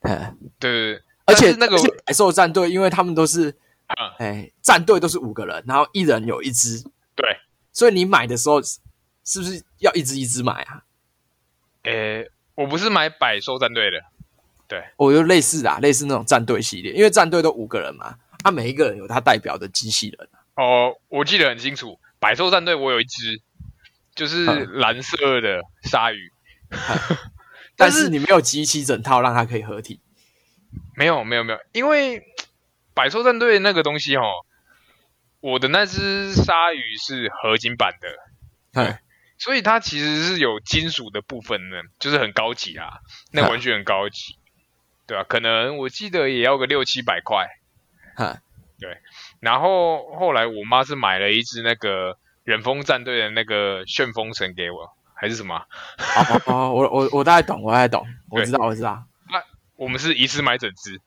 [SPEAKER 2] 嗨嗨，
[SPEAKER 1] 对对对，
[SPEAKER 2] 而
[SPEAKER 1] 但
[SPEAKER 2] 且
[SPEAKER 1] 是那个
[SPEAKER 2] 而且百兽战队，因为他们都是
[SPEAKER 1] 啊、
[SPEAKER 2] 哎战队都是五个人，然后一人有一只，
[SPEAKER 1] 对，
[SPEAKER 2] 所以你买的时候是是不是要一只一只买啊？
[SPEAKER 1] 诶，我不是买《百兽战队》的，
[SPEAKER 2] 我就类似啊，类似那种战队系列，因为战队都五个人嘛，啊，每一个人有他代表的机器人，啊
[SPEAKER 1] 哦，我记得很清楚，《百兽战队》我有一只，就是
[SPEAKER 2] 嗯
[SPEAKER 1] 蓝色的鲨鱼，
[SPEAKER 2] 啊 但
[SPEAKER 1] 但
[SPEAKER 2] 是
[SPEAKER 1] 是
[SPEAKER 2] 你没有集齐整套让它可以合体。
[SPEAKER 1] 没有没有没有，因为百兽战队那个东西哦，我的那只鲨鱼是合金版的，
[SPEAKER 2] 哎，
[SPEAKER 1] 所以它其实是有金属的部分呢，就是很高级啦，那
[SPEAKER 2] 啊
[SPEAKER 1] 个玩具很高级，对啊，可能我记得也要个六七百块。
[SPEAKER 2] 哈，
[SPEAKER 1] 然后后来我妈是买了一只那个忍风战队的那个旋风神给我，还是什么啊、
[SPEAKER 2] 哦哦哦，我我我大概懂，我大概懂，我
[SPEAKER 1] 对
[SPEAKER 2] 知道我知道。
[SPEAKER 1] 我们是一次买整只，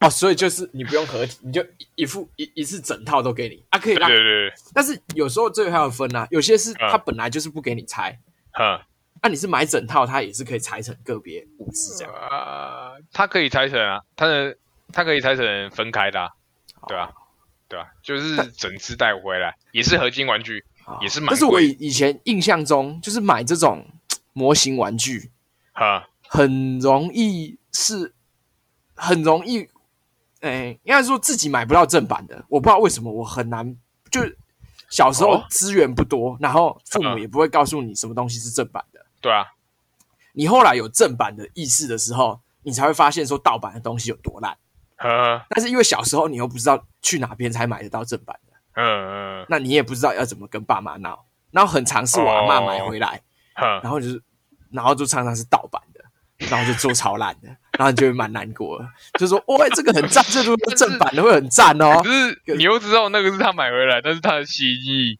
[SPEAKER 2] 哦，所以就是你不用合体，你就一一副一一次整套都给你啊，可以
[SPEAKER 1] 对对
[SPEAKER 2] 让。
[SPEAKER 1] 对，对
[SPEAKER 2] 但是有时候这个还有分啊，有些是
[SPEAKER 1] 嗯
[SPEAKER 2] 它本来就是不给你拆，
[SPEAKER 1] 哼。
[SPEAKER 2] 那、啊你是买整套，它也是可以拆成个别五只这样。
[SPEAKER 1] 啊、它可以拆成啊，它的它可以拆成分开的、啊，对啊，对啊，就是整只带回
[SPEAKER 2] 哦
[SPEAKER 1] 来，也是合金玩具，
[SPEAKER 2] 啊
[SPEAKER 1] 也是蛮
[SPEAKER 2] 但是我
[SPEAKER 1] 贵
[SPEAKER 2] 以以前印象中，就是买这种模型玩具，
[SPEAKER 1] 哈，
[SPEAKER 2] 很容易是很容易，哎诶、应该说自己买不到正版的。我不知道为什么我很难，就小时
[SPEAKER 1] 哦
[SPEAKER 2] 候资源不多，然后父母
[SPEAKER 1] 嗯
[SPEAKER 2] 也不会告诉你什么东西是正版的。
[SPEAKER 1] 对啊，
[SPEAKER 2] 你后来有正版的意识的时候，你才会发现说盗版的东西有多烂。
[SPEAKER 1] 呵，
[SPEAKER 2] 但是因为小时候你又不知道去哪边才买得到正版的，
[SPEAKER 1] 嗯嗯
[SPEAKER 2] 那你也不知道要怎么跟爸妈闹。然后很常是我阿
[SPEAKER 1] 哦
[SPEAKER 2] 妈买回来，
[SPEAKER 1] 嗯，
[SPEAKER 2] 然后就是，然后就常常是盗版的，然后就做超烂的，然后你就会蛮难过的，就说：“喂，这个很赞，这如果是正版的会很赞哦。”
[SPEAKER 1] 可是你又知道那个是他买回来，但是他的心意，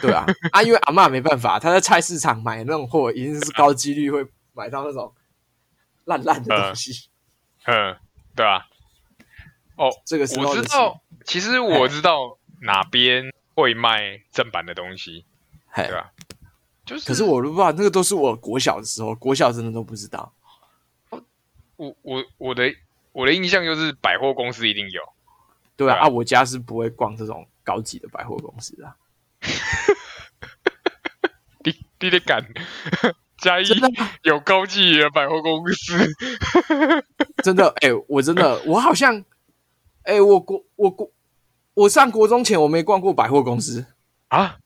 [SPEAKER 2] 对啊，啊，因为阿嬷没办法，她在菜市场买那种货，一定是高几率会买到那种烂烂的东西。
[SPEAKER 1] 嗯，对啊。哦，
[SPEAKER 2] 这个时候
[SPEAKER 1] 我知
[SPEAKER 2] 就是
[SPEAKER 1] 道，其实我知道哪边会卖正版的东西，
[SPEAKER 2] 嘿
[SPEAKER 1] 对啊吧？就是，
[SPEAKER 2] 可是我都不知道，那个都是我国小的时候，国小真的都不知道。
[SPEAKER 1] 我我我的我的印象就是百货公司一定有，
[SPEAKER 2] 对啊，
[SPEAKER 1] 对啊
[SPEAKER 2] 啊，我家是不会逛这种高级的百货公司的啊、
[SPEAKER 1] 你你得敢嘉义
[SPEAKER 2] 真的吗
[SPEAKER 1] 有高级的百货公司，
[SPEAKER 2] 真的，哎、我真 的，我好像，哎、我国我国我上国中前我没逛过百货公司，
[SPEAKER 1] 啊，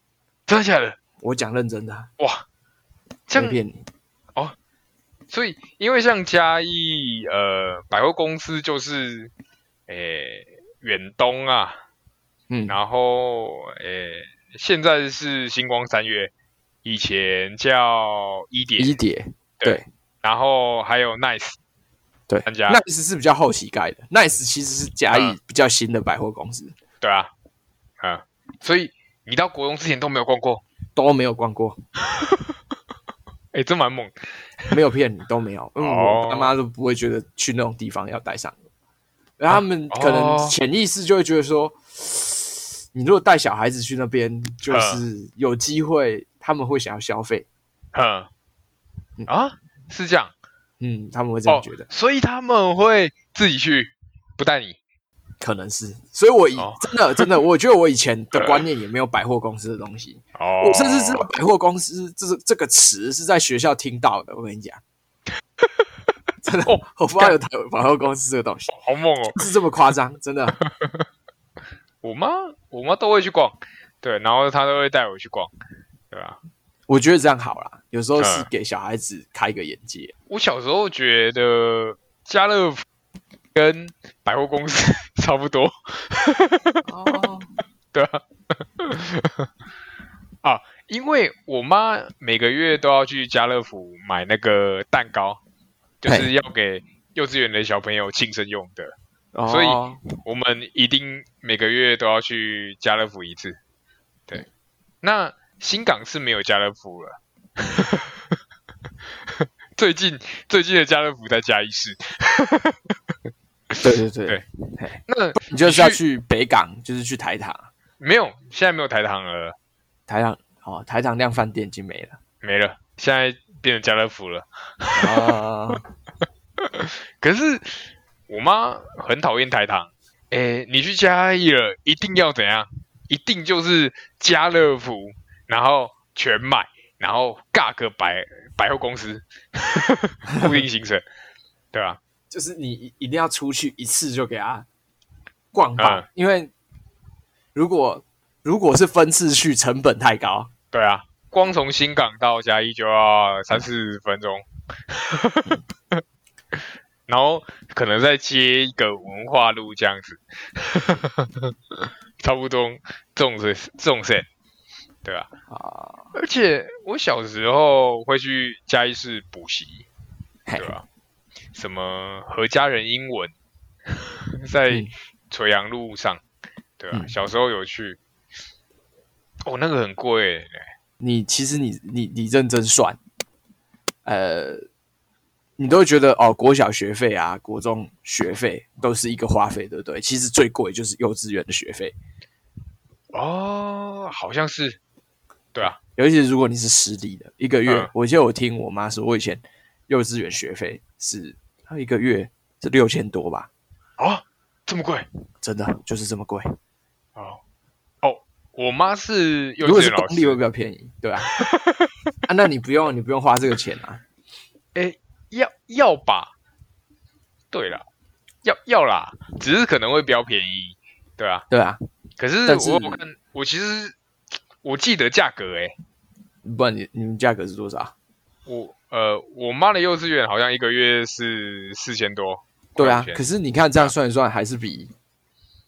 [SPEAKER 1] 真的假的？
[SPEAKER 2] 我讲认真的啊，
[SPEAKER 1] 哇，这
[SPEAKER 2] 没
[SPEAKER 1] 样
[SPEAKER 2] 骗你。
[SPEAKER 1] 所以，因为像嘉义呃百货公司就是，诶远东啊，
[SPEAKER 2] 嗯，
[SPEAKER 1] 然后诶现在是星光三月，以前叫一点，
[SPEAKER 2] 一叠，
[SPEAKER 1] 对
[SPEAKER 2] 对
[SPEAKER 1] 然后还有 Nice，
[SPEAKER 2] 对
[SPEAKER 1] 参加
[SPEAKER 2] ，Nice 是比较后期盖的，Nice 其实是嘉义
[SPEAKER 1] 嗯
[SPEAKER 2] 比较新的百货公司，
[SPEAKER 1] 对啊，嗯，所以你到国中之前都没有逛过，
[SPEAKER 2] 都没有逛过，
[SPEAKER 1] 诶，这蛮猛，
[SPEAKER 2] 没有骗你，都没 有。因为
[SPEAKER 1] 哦
[SPEAKER 2] 我爸妈都不会觉得去那种地方要带上我，然后他们
[SPEAKER 1] 啊哦
[SPEAKER 2] 可能潜意识就会觉得说，你如果带小孩子去那边，
[SPEAKER 1] 嗯
[SPEAKER 2] 就是有机会他们会想要消费，
[SPEAKER 1] 哼，
[SPEAKER 2] 嗯
[SPEAKER 1] 啊，是这样
[SPEAKER 2] 嗯，他们会这
[SPEAKER 1] 哦
[SPEAKER 2] 样觉得，，
[SPEAKER 1] 所以他们会自己去，不带你，
[SPEAKER 2] 可能是。所以我以
[SPEAKER 1] 哦
[SPEAKER 2] 真的真的，我觉得我以前 的观念也没有百货公司的东西，
[SPEAKER 1] 哦
[SPEAKER 2] 我甚至知道百货公司这是这个词是在学校听到的，我跟你讲。 真的，
[SPEAKER 1] 哦
[SPEAKER 2] 我不知道有百货公司这个东西
[SPEAKER 1] 好猛哦。
[SPEAKER 2] 是这么夸张，真的。
[SPEAKER 1] 我妈我妈都会去逛，对，然后她都会带我去逛，对吧、
[SPEAKER 2] 我觉得这样好啦，有时候是
[SPEAKER 1] 嗯
[SPEAKER 2] 给小孩子开个眼界。
[SPEAKER 1] 我小时候觉得家乐福跟百货公司 差不多，
[SPEAKER 2] 哦，
[SPEAKER 1] 对吧、 啊？因为我妈每个月都要去家乐福买那个蛋糕，就是
[SPEAKER 2] 嘿
[SPEAKER 1] 要给幼稚园的小朋友庆生用的，
[SPEAKER 2] 哦
[SPEAKER 1] 所以我们一定每个月都要去家乐福一次。对，那新港是没有家乐福了。 最近最近的家乐福在嘉义市，
[SPEAKER 2] 对对对，
[SPEAKER 1] 对那
[SPEAKER 2] 你就是要去北港，就是去台糖，
[SPEAKER 1] 没有，现在没有台糖了，
[SPEAKER 2] 台糖哦，台糖量饭店已经没了
[SPEAKER 1] 没了，现在变成家乐福了。
[SPEAKER 2] 啊、
[SPEAKER 1] 可是我妈很讨厌台糖，诶，你去嘉义了，一定要怎样？一定就是家乐福，然后全买，然后尬个百百货公司，固定行程， 对啊吧、
[SPEAKER 2] 就是你一一定要出去一次就给他逛爆，
[SPEAKER 1] 嗯
[SPEAKER 2] 因为如果如果是分次去，成本太高。
[SPEAKER 1] 对啊，光从新港到嘉义就要三四分钟， 然后可能再接一个文化路这样子， 差不多这种是这种线，对吧、
[SPEAKER 2] 啊
[SPEAKER 1] 而且我小时候会去嘉义市补习，
[SPEAKER 2] 嘿
[SPEAKER 1] 对啊吧、什么何家人英 文，在
[SPEAKER 2] 嗯
[SPEAKER 1] 垂杨路上，对吧、
[SPEAKER 2] 嗯
[SPEAKER 1] 小时候有去，哦，那个很贵、欸，
[SPEAKER 2] 你其实你你你认真算，呃，你都会觉得哦，国小学费啊，国中学费都是一个花费，对不对？其实最贵就是幼稚园的学费，
[SPEAKER 1] 哦，好像是，对啊，
[SPEAKER 2] 尤其是如果你是私立的，一个月，
[SPEAKER 1] 嗯
[SPEAKER 2] 我记得我听我妈说，我以前幼稚园学费是她一个月是六千多吧，
[SPEAKER 1] 哦，这么贵，
[SPEAKER 2] 真的就是这么贵。
[SPEAKER 1] 哦，哦，我妈是幼
[SPEAKER 2] 如果
[SPEAKER 1] 稚
[SPEAKER 2] 是
[SPEAKER 1] 园老
[SPEAKER 2] 公立会
[SPEAKER 1] 师，
[SPEAKER 2] 比较便宜，对啊， 啊，那你不用你不用花这个钱啊，
[SPEAKER 1] 诶，要要吧，对了，要要啦，只是可能会比较便宜，对啊，
[SPEAKER 2] 对啊，
[SPEAKER 1] 可是
[SPEAKER 2] 但是
[SPEAKER 1] 我有看，我其实我记得价格欸诶、
[SPEAKER 2] 不然你你们价格是多少？
[SPEAKER 1] 我呃我妈的幼稚园好像一个月是四千多，
[SPEAKER 2] 对啊
[SPEAKER 1] 块，钱
[SPEAKER 2] 可是你看这样算一算，还是比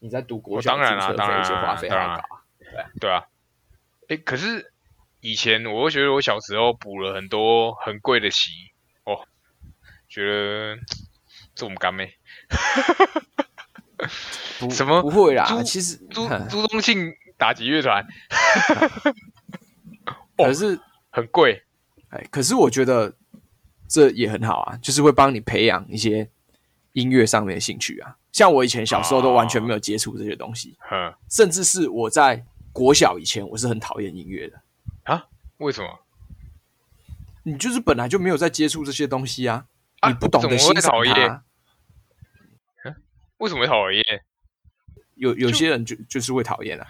[SPEAKER 2] 你在读国小
[SPEAKER 1] 哦当然
[SPEAKER 2] 的
[SPEAKER 1] 啊
[SPEAKER 2] 注册
[SPEAKER 1] 当然
[SPEAKER 2] 费
[SPEAKER 1] 啊
[SPEAKER 2] 就花费还要高啊。
[SPEAKER 1] 对啊，诶、可是以前我会觉得我小时候补了很多很贵的习哦，觉得这我们干妹。
[SPEAKER 2] 不
[SPEAKER 1] 什么
[SPEAKER 2] 不会啦
[SPEAKER 1] 朱？
[SPEAKER 2] 其实
[SPEAKER 1] 朱
[SPEAKER 2] 哼
[SPEAKER 1] 朱宗庆打击乐团
[SPEAKER 2] 可是
[SPEAKER 1] 很贵，
[SPEAKER 2] 哎，可是我觉得这也很好啊，就是会帮你培养一些音乐上面的兴趣啊。像我以前小时候都完全没有接触这些东西，
[SPEAKER 1] 嗯，
[SPEAKER 2] 甚至是我在国小以前，我是很讨厌音乐的。
[SPEAKER 1] 为什么？
[SPEAKER 2] 你就是本来就没有在接触这些东西啊，
[SPEAKER 1] 啊
[SPEAKER 2] 你不懂得
[SPEAKER 1] 怎么
[SPEAKER 2] 欣
[SPEAKER 1] 会
[SPEAKER 2] 赏
[SPEAKER 1] 讨
[SPEAKER 2] 它
[SPEAKER 1] 厌
[SPEAKER 2] 啊。
[SPEAKER 1] 为什么会讨厌？
[SPEAKER 2] 有有些人就就是会 讨厌啊，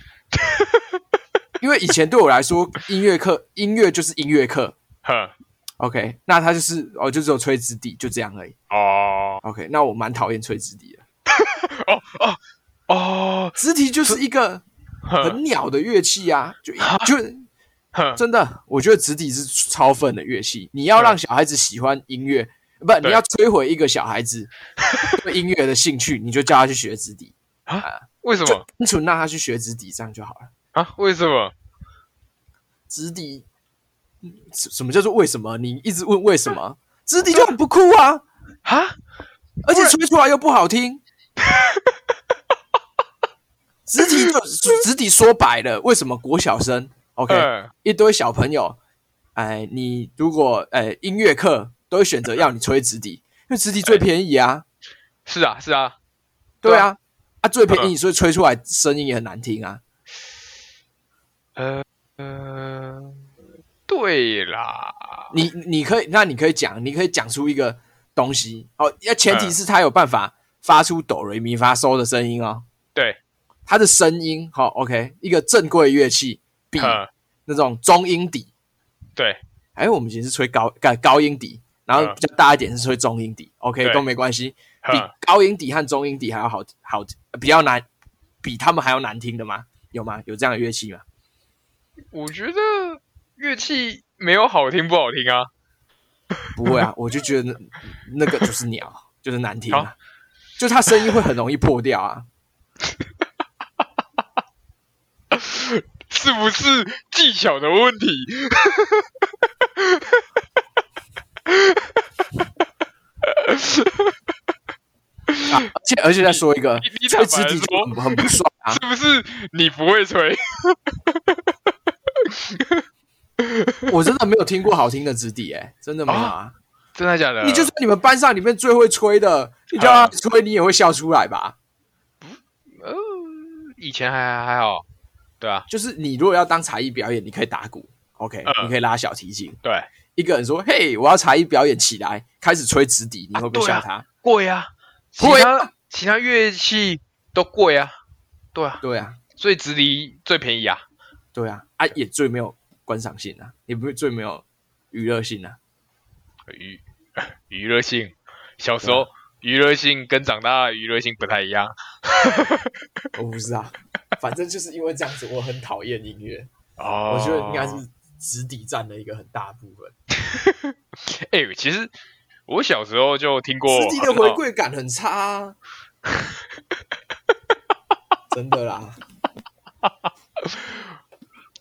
[SPEAKER 2] 因为以前对我来说，音乐课音乐就是音乐课
[SPEAKER 1] 哼，
[SPEAKER 2] ，OK，那他就是哦，就只有吹直笛，就这样而已
[SPEAKER 1] 哦
[SPEAKER 2] ，OK，那我蛮讨厌吹直笛的，
[SPEAKER 1] 哦哦哦，
[SPEAKER 2] 直笛就是一个
[SPEAKER 1] 哼
[SPEAKER 2] 很鸟的乐器啊，就 就
[SPEAKER 1] 哼，
[SPEAKER 2] 真的，我觉得直笛是超分的乐器。你要
[SPEAKER 1] 嗯
[SPEAKER 2] 让小孩子喜欢音乐，不，你要摧毁一个小 孩子对音乐的兴趣，你就叫他去学直笛，
[SPEAKER 1] 为什
[SPEAKER 2] 就
[SPEAKER 1] 么
[SPEAKER 2] 单纯让他去学直笛，这样就好了。
[SPEAKER 1] 啊？为什么？
[SPEAKER 2] 直笛，嗯什什么叫做为什么？你一直问为什么？直笛就很不酷啊，
[SPEAKER 1] 啊？
[SPEAKER 2] 而且吹出来又不好听。直笛就直笛说白了，为什么国小生 OK？
[SPEAKER 1] 嗯
[SPEAKER 2] 一堆小朋友，哎，你如果哎音乐课都会选择要你吹直笛，因为直笛最便宜啊，
[SPEAKER 1] 是啊，是啊，
[SPEAKER 2] 对啊，啊最便
[SPEAKER 1] 嗯
[SPEAKER 2] 宜，所以吹出来声音也很难听啊。
[SPEAKER 1] 呃呃，对啦，
[SPEAKER 2] 你你可以，那你可以讲，你可以讲出一个东西哦，要前
[SPEAKER 1] 嗯
[SPEAKER 2] 提是他有办法发出哆瑞咪发嗦的声音哦，
[SPEAKER 1] 对，
[SPEAKER 2] 他的声音好、OK，一个正规乐器比
[SPEAKER 1] 哼，
[SPEAKER 2] 那种中音底，
[SPEAKER 1] 对，
[SPEAKER 2] 哎，我们以前是吹高高高音底，然后
[SPEAKER 1] 嗯
[SPEAKER 2] 比较大一点是吹中音底，OK
[SPEAKER 1] 对嗯
[SPEAKER 2] 都没关系。比
[SPEAKER 1] 哼，
[SPEAKER 2] 高音底和中音底还要好好比较难，比他们还要难听的吗？有吗？有这样的乐器吗？
[SPEAKER 1] 我觉得乐器没有好听不好听啊。
[SPEAKER 2] 不 会啊，我就觉得那那个就是鸟，就是难听啊，就它声音会很容易破掉啊。
[SPEAKER 1] 是不是技巧的问题？
[SPEAKER 2] 啊而且而且再说一个
[SPEAKER 1] 你你，
[SPEAKER 2] 吹
[SPEAKER 1] 坦
[SPEAKER 2] 直
[SPEAKER 1] 白
[SPEAKER 2] 笛就很很不爽啊
[SPEAKER 1] 是。不是你不会吹？
[SPEAKER 2] 我真的没有听过好听的直笛，哎，真的没有啊。
[SPEAKER 1] 真的假的？
[SPEAKER 2] 你就算你们班上里面最会吹的，你叫他
[SPEAKER 1] 嗯
[SPEAKER 2] 吹，你也会笑出来吧？
[SPEAKER 1] 呃，以前还还好，对啊，
[SPEAKER 2] 就是你如果要当才艺表演，你可以打鼓，OK，
[SPEAKER 1] 嗯
[SPEAKER 2] 你可以拉小提琴，
[SPEAKER 1] 对，
[SPEAKER 2] 一个人说：“嘿，我要才艺表演起来，开始吹直笛，你会不会吓他
[SPEAKER 1] 贵啊，其
[SPEAKER 2] 贵
[SPEAKER 1] 他其他乐器都贵啊，对啊？”，
[SPEAKER 2] 对啊，
[SPEAKER 1] 所以直笛最便宜啊，
[SPEAKER 2] 对啊，啊，也最没有观赏性啊，也不是最没有娱乐性啊。
[SPEAKER 1] 娱娱乐性，小时候娱乐性跟长大的娱乐性不太一样，
[SPEAKER 2] 我不知道，反正就是因为这样子，我很讨厌音乐。
[SPEAKER 1] 哦
[SPEAKER 2] 我觉得应该是直笛占了一个很大部分，
[SPEAKER 1] 哎、其实我小时候就听过
[SPEAKER 2] 直笛的
[SPEAKER 1] 很好
[SPEAKER 2] 回馈感很差、 啊，真的啦。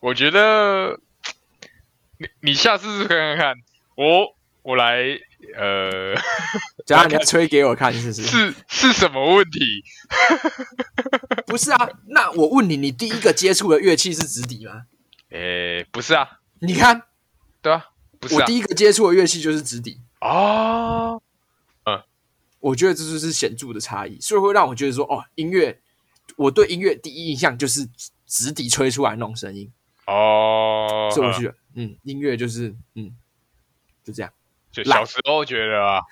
[SPEAKER 1] 我觉得你你下次试看看看，我我来呃
[SPEAKER 2] 等一下你要吹给我看是不是？
[SPEAKER 1] 是是什么问题？
[SPEAKER 2] 不是啊，那我问你，你第一个接触的乐器是直笛吗？
[SPEAKER 1] 诶、不是啊，
[SPEAKER 2] 你看，
[SPEAKER 1] 对啊，不是
[SPEAKER 2] 我
[SPEAKER 1] 啊，
[SPEAKER 2] 第一个接触的乐器就是直笛。
[SPEAKER 1] 哦，
[SPEAKER 2] 我觉得这就是显著的差异，所以会让我觉得说，哦，音乐，我对音乐第一印象就是直笛吹出来那种声音，
[SPEAKER 1] 哦，
[SPEAKER 2] 所以我就觉得，嗯，音乐就是，嗯，就这样。
[SPEAKER 1] 就
[SPEAKER 2] 懒
[SPEAKER 1] 小时候觉得啊，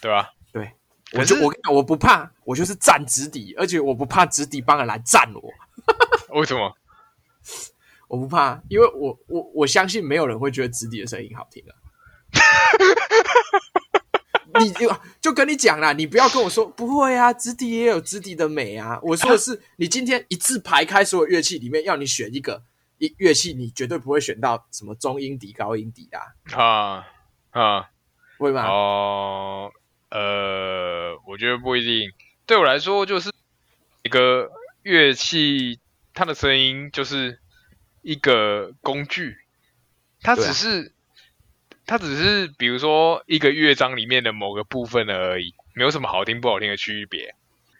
[SPEAKER 1] 对吧、
[SPEAKER 2] 对，我
[SPEAKER 1] 可
[SPEAKER 2] 就是我跟你讲，我不怕，我就是站直笛，而且我不怕直笛帮人来站我，
[SPEAKER 1] 为什么？
[SPEAKER 2] 我不怕，因为我我我相信没有人会觉得直笛的声音好听的、啊你就就跟你讲啦，你不要跟我说不会啊，直笛也有直笛的美啊。我说的是，你今天一字排开所有乐器里面，要你选一个，一乐器你绝对不会选到什么中音底、高音底啦，
[SPEAKER 1] 啊啊
[SPEAKER 2] 会吗？啊
[SPEAKER 1] 哦，呃，我觉得不一定。对我来说，就是一个乐器，它的声音就是一个工具，它
[SPEAKER 2] 对啊
[SPEAKER 1] 只是、它只是比如说一个乐章里面的某个部分而已，没有什么好听不好听的区别。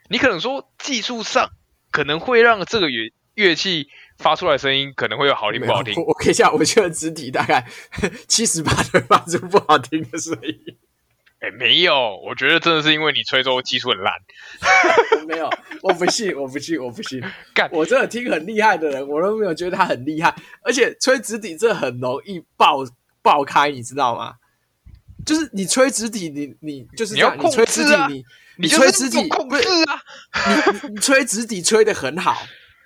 [SPEAKER 1] 你可能说技术上可能会让这个乐乐器发出来的声音可能会有好听
[SPEAKER 2] 没
[SPEAKER 1] 不
[SPEAKER 2] 有
[SPEAKER 1] 好听，
[SPEAKER 2] 我我可以讲，我觉得肢体大概 七十八的发出不好听的声音。
[SPEAKER 1] 哎、没有，我觉得真的是因为你吹奏技术很烂。
[SPEAKER 2] 没有，我不信，我不信，我不信。
[SPEAKER 1] 干
[SPEAKER 2] 我真的听很厉害的人，我都没有觉得他很厉害，而且吹直笛这很容易爆爆开，你知道吗？就是你吹直笛，你你就是这样
[SPEAKER 1] 你要控
[SPEAKER 2] 吹直
[SPEAKER 1] 制啊
[SPEAKER 2] 笛，你
[SPEAKER 1] 你就
[SPEAKER 2] 吹
[SPEAKER 1] 是
[SPEAKER 2] 直
[SPEAKER 1] 不
[SPEAKER 2] 笛，
[SPEAKER 1] 控
[SPEAKER 2] 不是
[SPEAKER 1] 制啊！
[SPEAKER 2] 你你吹直笛吹的很好，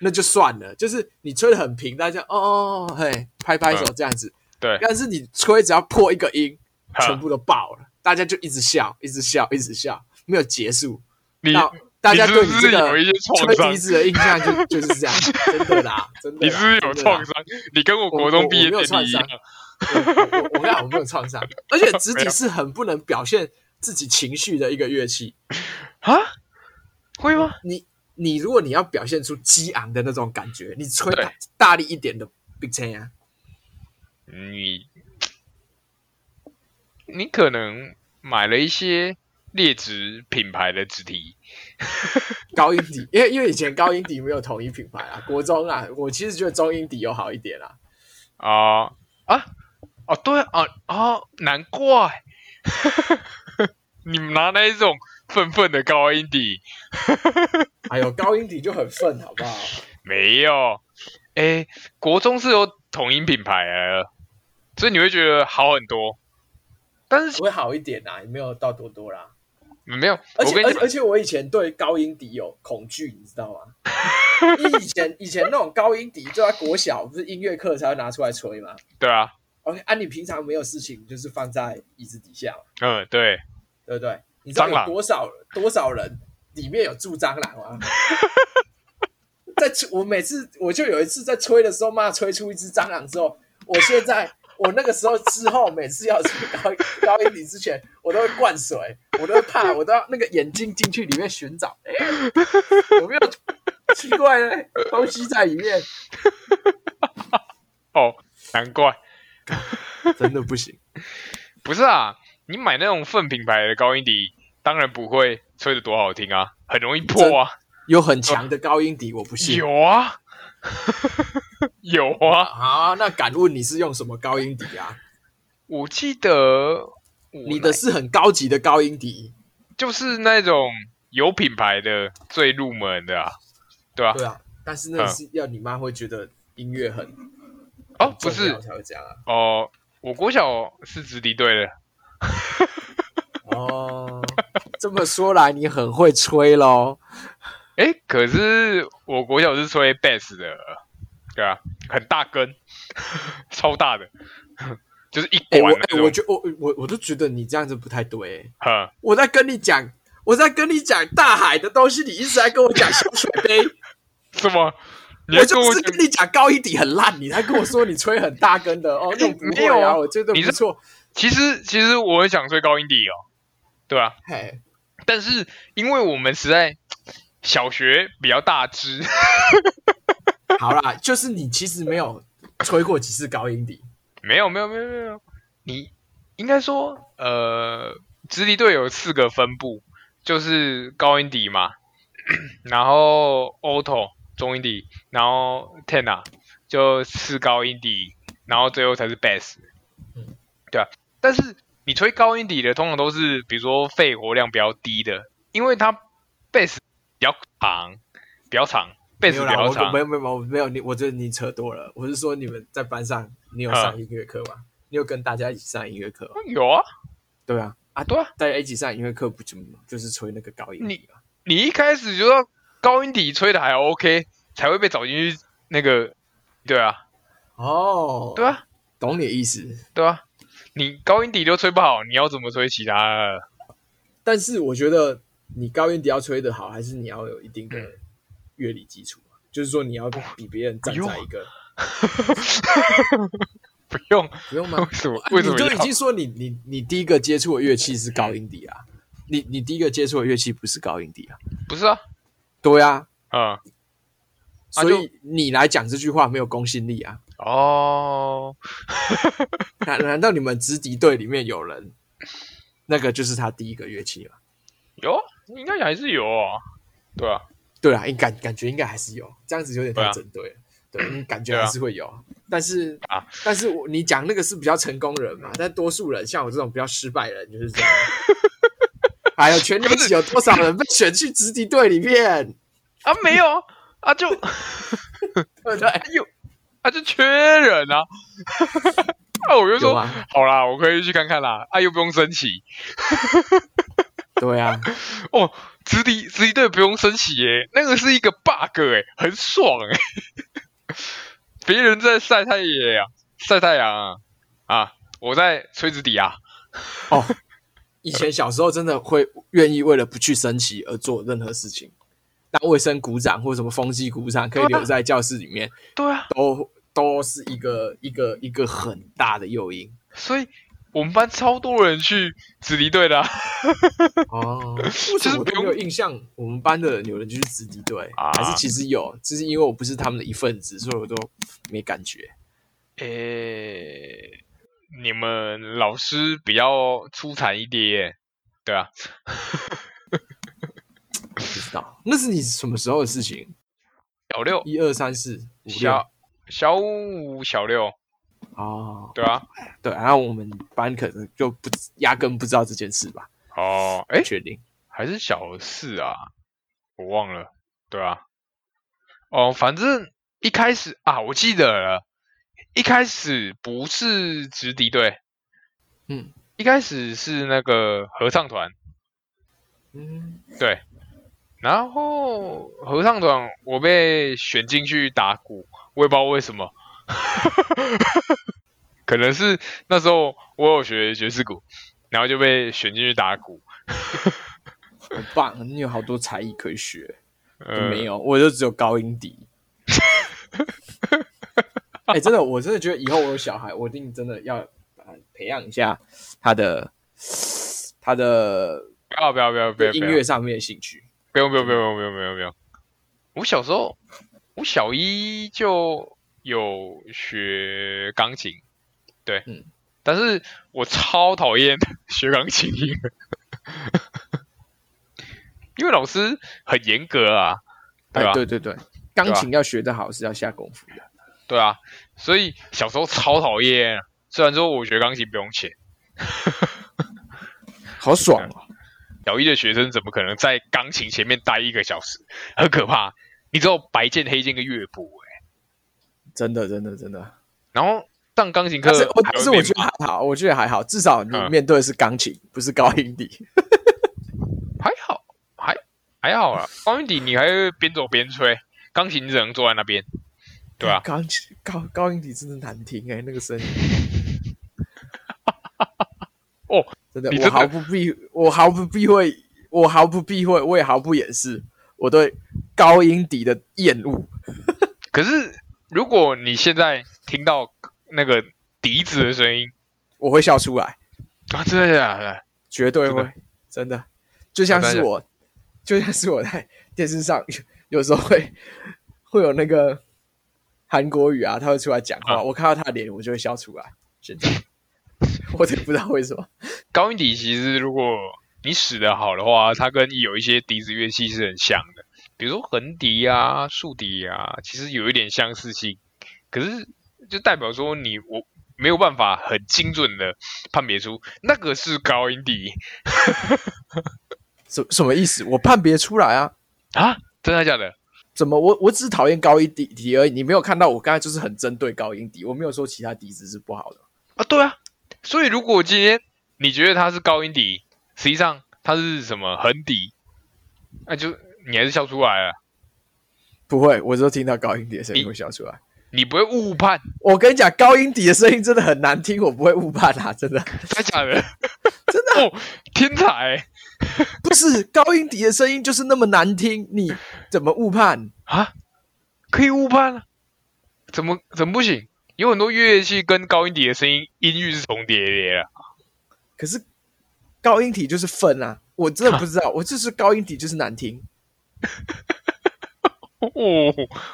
[SPEAKER 2] 那就算了，就是你吹的很平，大家哦哦哦嘿，拍拍手
[SPEAKER 1] 嗯
[SPEAKER 2] 这样子。
[SPEAKER 1] 对，嗯
[SPEAKER 2] 但是你吹只要破一个音，
[SPEAKER 1] 哈
[SPEAKER 2] 全部都爆了，大家就一直笑，一直笑，一直笑，没有结束。
[SPEAKER 1] 你
[SPEAKER 2] 那大家
[SPEAKER 1] 你是
[SPEAKER 2] 对
[SPEAKER 1] 不
[SPEAKER 2] 你
[SPEAKER 1] 是
[SPEAKER 2] 这个
[SPEAKER 1] 有一些创
[SPEAKER 2] 吹笛
[SPEAKER 1] 伤？
[SPEAKER 2] 子的印象 就就是这样，真的啦，真的啦。
[SPEAKER 1] 你
[SPEAKER 2] 啊
[SPEAKER 1] 是不是有
[SPEAKER 2] 真的啦
[SPEAKER 1] 创伤？你跟我国中毕业典礼一样，
[SPEAKER 2] 我我我跟你讲，我没有创伤，而且直笛是很不能表现自己情绪的一个乐器。
[SPEAKER 1] 啊？会吗？
[SPEAKER 2] 你你如果你要表现出激昂的那种感觉，你吹
[SPEAKER 1] 对
[SPEAKER 2] 大大力一点的 big chain 啊，
[SPEAKER 1] 你你可能买了一些劣质品牌的纸体，
[SPEAKER 2] 高音底，因为因为以前高音底没有统一品牌啊，国中啊，我其实觉得中音底有好一点啦。
[SPEAKER 1] 啊啊哦，对啊啊，难怪 你们拿那一种愤愤的高音底
[SPEAKER 2] 哎呦，高音底就很愤，好不好？
[SPEAKER 1] 没有？哎，国中是有统一品牌了，所以你会觉得好很多。但是
[SPEAKER 2] 会好一点啊啦，也没有到多多啦。
[SPEAKER 1] 没有，我
[SPEAKER 2] 而且
[SPEAKER 1] 跟
[SPEAKER 2] 而
[SPEAKER 1] 你
[SPEAKER 2] 且
[SPEAKER 1] 讲
[SPEAKER 2] 而且我以前对高音笛有恐惧，你知 道吗？因为以前以前那种高音笛就在国小，不是音乐课才会拿出来吹吗
[SPEAKER 1] 对啊，
[SPEAKER 2] ？OK，啊，你平常没有事情就是放在椅子底下嘛，
[SPEAKER 1] 嗯，对，
[SPEAKER 2] 对不对？你知道
[SPEAKER 1] 蟑螂
[SPEAKER 2] 有多少多少人里面有住蟑螂吗？ 在吹我每次我就有一次在吹的时候，妈吹出一只蟑螂之后，我现在我那个时候之后每次要吹高高音笛之前，我都会灌水，我都会怕，我都要那个眼睛进去里面寻找，哎、有没有奇怪的东西在里面？
[SPEAKER 1] 哦，难怪，
[SPEAKER 2] 真的不行，
[SPEAKER 1] 不是啊，你买那种粪品牌的高音笛，当然不会吹得多好听啊，很容易破啊，
[SPEAKER 2] 有很强的高音笛，我不信。
[SPEAKER 1] 有啊， 有啊，
[SPEAKER 2] 啊，那敢问你是用什么高音笛啊？
[SPEAKER 1] 我记得我
[SPEAKER 2] 你的是很高级的高音笛，
[SPEAKER 1] 就是那种有品牌的最入门的啊，对吧、
[SPEAKER 2] 对啊，但是那个是要你妈会觉得音乐很
[SPEAKER 1] 啊？哦
[SPEAKER 2] 很，
[SPEAKER 1] 不
[SPEAKER 2] 重要
[SPEAKER 1] 是
[SPEAKER 2] 才会这样啊。
[SPEAKER 1] 哦、我国小是直笛队的，
[SPEAKER 2] 哦， 这么说来你很会吹喽。
[SPEAKER 1] 诶，可是我国小是吹 bass 的，对啊，很大根， 超大的， 就是一
[SPEAKER 2] 哎、我
[SPEAKER 1] 管那
[SPEAKER 2] 哎、
[SPEAKER 1] 种。
[SPEAKER 2] 我觉我我我都觉得你这样子不太对、
[SPEAKER 1] 哼
[SPEAKER 2] 我在跟你讲，我在跟你讲大海的东西，你一直在跟我讲小水 杯，
[SPEAKER 1] 什么？你
[SPEAKER 2] 我
[SPEAKER 1] 在跟
[SPEAKER 2] 就
[SPEAKER 1] 我
[SPEAKER 2] 是
[SPEAKER 1] 讲
[SPEAKER 2] 跟你讲高一底很烂，你还跟我说你吹很大根的哦，那种不
[SPEAKER 1] 没
[SPEAKER 2] 会
[SPEAKER 1] 有
[SPEAKER 2] 啊，
[SPEAKER 1] 啊
[SPEAKER 2] 我觉得
[SPEAKER 1] 你
[SPEAKER 2] 不
[SPEAKER 1] 是
[SPEAKER 2] 错。
[SPEAKER 1] 其实其实我很想吹高音笛哦，对吧、
[SPEAKER 2] 嘿，
[SPEAKER 1] 但是因为我们实在小学比较大只，
[SPEAKER 2] 好啦，就是你其实没有吹过几次高音笛。
[SPEAKER 1] 没有没有没有没有，你应该说呃，直笛队有四个分布，就是高音笛嘛，然后 alto 中音笛，然后 tenor 就四高音笛，然后最后才是 bass，
[SPEAKER 2] 嗯
[SPEAKER 1] 对啊。但是你吹高音笛的，通常都是比如说肺活量比较低的，因为它 bass 比较长，比较长，bass
[SPEAKER 2] 没有
[SPEAKER 1] 比
[SPEAKER 2] 啦，
[SPEAKER 1] 较
[SPEAKER 2] 我
[SPEAKER 1] 长
[SPEAKER 2] 没。有没有没有没有你，我觉得你扯多了。我是说你们在班上，你有
[SPEAKER 1] 啊
[SPEAKER 2] 上音乐课吗？你有跟大家一起上音乐课吗？
[SPEAKER 1] 有啊，
[SPEAKER 2] 对啊，啊
[SPEAKER 1] 对啊，
[SPEAKER 2] 大家一起上音乐课不就就是吹那个高音笛吗？
[SPEAKER 1] 你一开始就要高音底吹的还 OK，才会被找进去那个，对啊，
[SPEAKER 2] 哦，
[SPEAKER 1] 对，啊，
[SPEAKER 2] 懂你的意思。
[SPEAKER 1] 对啊，你高音底都吹不好，你要怎么吹其他 的？
[SPEAKER 2] 但是我觉得你高音笛要吹得好，
[SPEAKER 1] 嗯
[SPEAKER 2] 啊还是你要有一定的乐理基础嘛，就是说你要比别人站
[SPEAKER 1] 哎呦
[SPEAKER 2] 在一个
[SPEAKER 1] 不用，
[SPEAKER 2] 不用吗啊
[SPEAKER 1] 为？什么？ 为
[SPEAKER 2] 嗯你
[SPEAKER 1] 什么
[SPEAKER 2] 就
[SPEAKER 1] 要
[SPEAKER 2] 已经说你你你第一个接触的乐器是高音笛啊，你你第一个接触的乐器不是高音笛啊？
[SPEAKER 1] 不是啊？
[SPEAKER 2] 对啊，
[SPEAKER 1] 嗯，啊
[SPEAKER 2] 所以你来讲这句话没有公信力啊？
[SPEAKER 1] 哦，
[SPEAKER 2] 难难道你们直敌队里面有人那个就是他第一个乐器吗？
[SPEAKER 1] 有，应该还是有啊，对啊，
[SPEAKER 2] 对啊，应感感觉应该还是有，这样子有点
[SPEAKER 1] 对
[SPEAKER 2] 太
[SPEAKER 1] 啊
[SPEAKER 2] 针对了。对，嗯感觉
[SPEAKER 1] 对啊
[SPEAKER 2] 还是会有，但是
[SPEAKER 1] 啊，
[SPEAKER 2] 但是我你讲那个是比较成功人嘛，但多数人像我这种比较失败人就 是这样。还有全年级有多少人被选去直敌队里 面？
[SPEAKER 1] 啊 没有啊就
[SPEAKER 2] 对不对？
[SPEAKER 1] 有啊就缺人啊， 啊我就
[SPEAKER 2] 有
[SPEAKER 1] 说
[SPEAKER 2] 啊，
[SPEAKER 1] 好啦，我可以去看看啦，啊又不用升旗
[SPEAKER 2] 对啊，
[SPEAKER 1] 哦，直敌直敌队不用升旗耶，那个是一个 bug 哎，很爽哎，别人在晒太阳啊，晒太阳啊，啊我在吹直笛啊，
[SPEAKER 2] 哦， 以前小时候真的会愿意为了不去升旗而做任何事情，当卫生鼓掌或什么风机鼓掌可以
[SPEAKER 1] 对啊
[SPEAKER 2] 留在教室里面，
[SPEAKER 1] 对啊，
[SPEAKER 2] 都都是一个一个一个很大的诱因。
[SPEAKER 1] 所以我们班超多人去直敌队的、啊。
[SPEAKER 2] 哦，为什
[SPEAKER 1] 就是
[SPEAKER 2] 么我都
[SPEAKER 1] 不用
[SPEAKER 2] 没有印象？我们班的人有人就是子弟队，
[SPEAKER 1] 啊
[SPEAKER 2] 还是其实有，就是因为我不是他们的一份子，所以我都没感觉。
[SPEAKER 1] 诶、你们老师比较出彩一点，对啊，
[SPEAKER 2] 不知道那是你什么时候的事情？
[SPEAKER 1] 小六、
[SPEAKER 2] 一二三四五六
[SPEAKER 1] 小小五、小六，
[SPEAKER 2] 哦，
[SPEAKER 1] 对啊，
[SPEAKER 2] 对，然后我们班可能就不压根不知道这件事吧，
[SPEAKER 1] 哦，
[SPEAKER 2] 不
[SPEAKER 1] 诶、
[SPEAKER 2] 确定。
[SPEAKER 1] 还是小四啊，我忘了，对啊，哦，反正一开始啊，我记得了，一开始不是直敌队，
[SPEAKER 2] 嗯
[SPEAKER 1] 一开始是那个合唱团，
[SPEAKER 2] 嗯，
[SPEAKER 1] 对，然后合唱团我被选进去打鼓，我也不知道为什么， 可能是那时候我有学爵士鼓，然后就被选进去打鼓。
[SPEAKER 2] 很棒，你有好多才艺可以学。
[SPEAKER 1] 呃，
[SPEAKER 2] 没，有，我就只有高音笛。哎、真的，我真的觉得以后我有小孩，我一定真的要把他培养一下他的他的
[SPEAKER 1] 不要不要不要不要，不
[SPEAKER 2] 音
[SPEAKER 1] 要
[SPEAKER 2] 乐上面的兴趣。
[SPEAKER 1] 不用不用不用不用不用不用。我小时候，我小一就有学钢琴，对，
[SPEAKER 2] 嗯
[SPEAKER 1] 但是我超讨厌 学钢琴音的， 因为老师很严格啊，对
[SPEAKER 2] 哎、
[SPEAKER 1] 吧？
[SPEAKER 2] 对对对，钢琴要学得好是要下功夫的。
[SPEAKER 1] 对啊，所以小时候超讨厌。啊虽然说我学钢琴不用钱，
[SPEAKER 2] 好爽哦！
[SPEAKER 1] 小一的学生怎么可能在钢琴前面待一个小时？很可怕，你只有白键、黑键跟乐谱、欸，
[SPEAKER 2] 真的真的真的。
[SPEAKER 1] 然后上钢琴课
[SPEAKER 2] 但是我
[SPEAKER 1] 还
[SPEAKER 2] 但
[SPEAKER 1] 会
[SPEAKER 2] 是
[SPEAKER 1] 被
[SPEAKER 2] 我觉得
[SPEAKER 1] 骂
[SPEAKER 2] 还好，我觉得还好，至少你
[SPEAKER 1] 嗯
[SPEAKER 2] 面对的是钢琴，不是高音笛。
[SPEAKER 1] 还好，还还好啦。高音笛你还会边走边吹，钢琴只能坐在那边，对啊吧、
[SPEAKER 2] 钢琴高高音笛真的难听哎、那个声音。
[SPEAKER 1] 哦，
[SPEAKER 2] 真的，
[SPEAKER 1] 你
[SPEAKER 2] 我
[SPEAKER 1] 真的
[SPEAKER 2] 毫不避，我毫不避讳，我毫不避讳，我也毫不掩饰我对高音笛的厌恶。
[SPEAKER 1] 可是如果你现在听到那个笛子的声音
[SPEAKER 2] 我会笑出来，
[SPEAKER 1] 啊，真的假的？
[SPEAKER 2] 绝对
[SPEAKER 1] 真的
[SPEAKER 2] 会，真的，就像
[SPEAKER 1] 真
[SPEAKER 2] 是
[SPEAKER 1] 的
[SPEAKER 2] 我，就像是我在电视上 有有时候会会有那个韩国语啊，他会出来讲话，
[SPEAKER 1] 啊
[SPEAKER 2] 我看到他的脸，我就会笑出来。现在我也不知道为什么，
[SPEAKER 1] 高音笛其实如果你使得好的话，它跟有一些笛子乐器是很像的，比如说横笛啊、竖笛啊，其实有一点相似性。可是就代表说你我没有办法很精准的判别出那个是高音笛
[SPEAKER 2] 什什么意思？我判别出来啊。
[SPEAKER 1] 啊，真的假的？
[SPEAKER 2] 怎么我我只是讨厌高音笛笛而已，你没有看到我刚才就是很针对高音笛，我没有说其他笛子是不好的。
[SPEAKER 1] 啊，对啊。所以如果今天你觉得它是高音笛，实际上它是什么横笛，那、就你还是笑出来了，啊
[SPEAKER 2] 不会，我只有听到高音笛的声音
[SPEAKER 1] 你
[SPEAKER 2] 会笑出来。
[SPEAKER 1] 你不会误判，
[SPEAKER 2] 我跟你讲，高音笛的声音真的很难听，我不会误判啊，真的
[SPEAKER 1] 真的假的？真的、哦，天才、
[SPEAKER 2] 不是高音笛的声音就是那么难听，你怎么误判？
[SPEAKER 1] 啊，可以误判啊，怎么怎么不行？有很多乐器跟高音底的声音音域是重叠的啦。
[SPEAKER 2] 可是高音体就是分啊，我真的不知道，我就是高音体就是难听。
[SPEAKER 1] 哦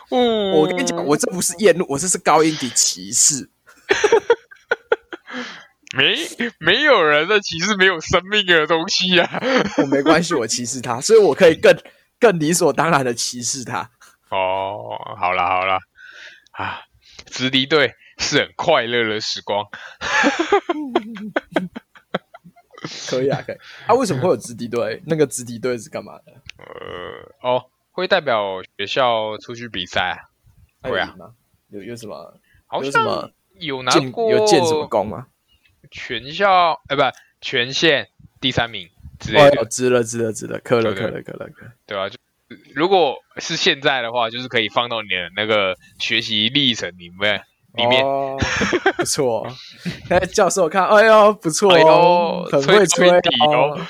[SPEAKER 1] 哦，
[SPEAKER 2] 我跟你讲，我这不是厌恶，我这是高音体歧视。
[SPEAKER 1] 没没有人在歧视没有生命的东西啊呀、
[SPEAKER 2] 我没关系，我歧视他，所以我可以更更理所当然的歧视他。
[SPEAKER 1] 哦，好啦好啦，啊，直敌队是很快乐的时光。
[SPEAKER 2] 可以啊，可以啊。为什么会有直敌队？那个直敌队是干嘛的？
[SPEAKER 1] 呃，哦，会代表学校出去比赛啊，
[SPEAKER 2] 还
[SPEAKER 1] 会
[SPEAKER 2] 有
[SPEAKER 1] 啊
[SPEAKER 2] 赢吗？有有什么
[SPEAKER 1] 好
[SPEAKER 2] 有什么
[SPEAKER 1] 像有拿
[SPEAKER 2] 建
[SPEAKER 1] 过
[SPEAKER 2] 有建什么功吗？
[SPEAKER 1] 全校，呃，不，全县第三名之类
[SPEAKER 2] 哦，
[SPEAKER 1] 的，
[SPEAKER 2] 有值了，值了，值了，可乐，
[SPEAKER 1] 对对
[SPEAKER 2] 可乐，可乐，可乐。
[SPEAKER 1] 对吧、啊就如果是现在的话，就是可以放到你的那个学习历程里面里面。
[SPEAKER 2] 哦、不错、哦。哎，教授看，哎呦，不错、
[SPEAKER 1] 哎
[SPEAKER 2] 哦，
[SPEAKER 1] 呦
[SPEAKER 2] 很会
[SPEAKER 1] 吹
[SPEAKER 2] 吹
[SPEAKER 1] 到底哦
[SPEAKER 2] 哦。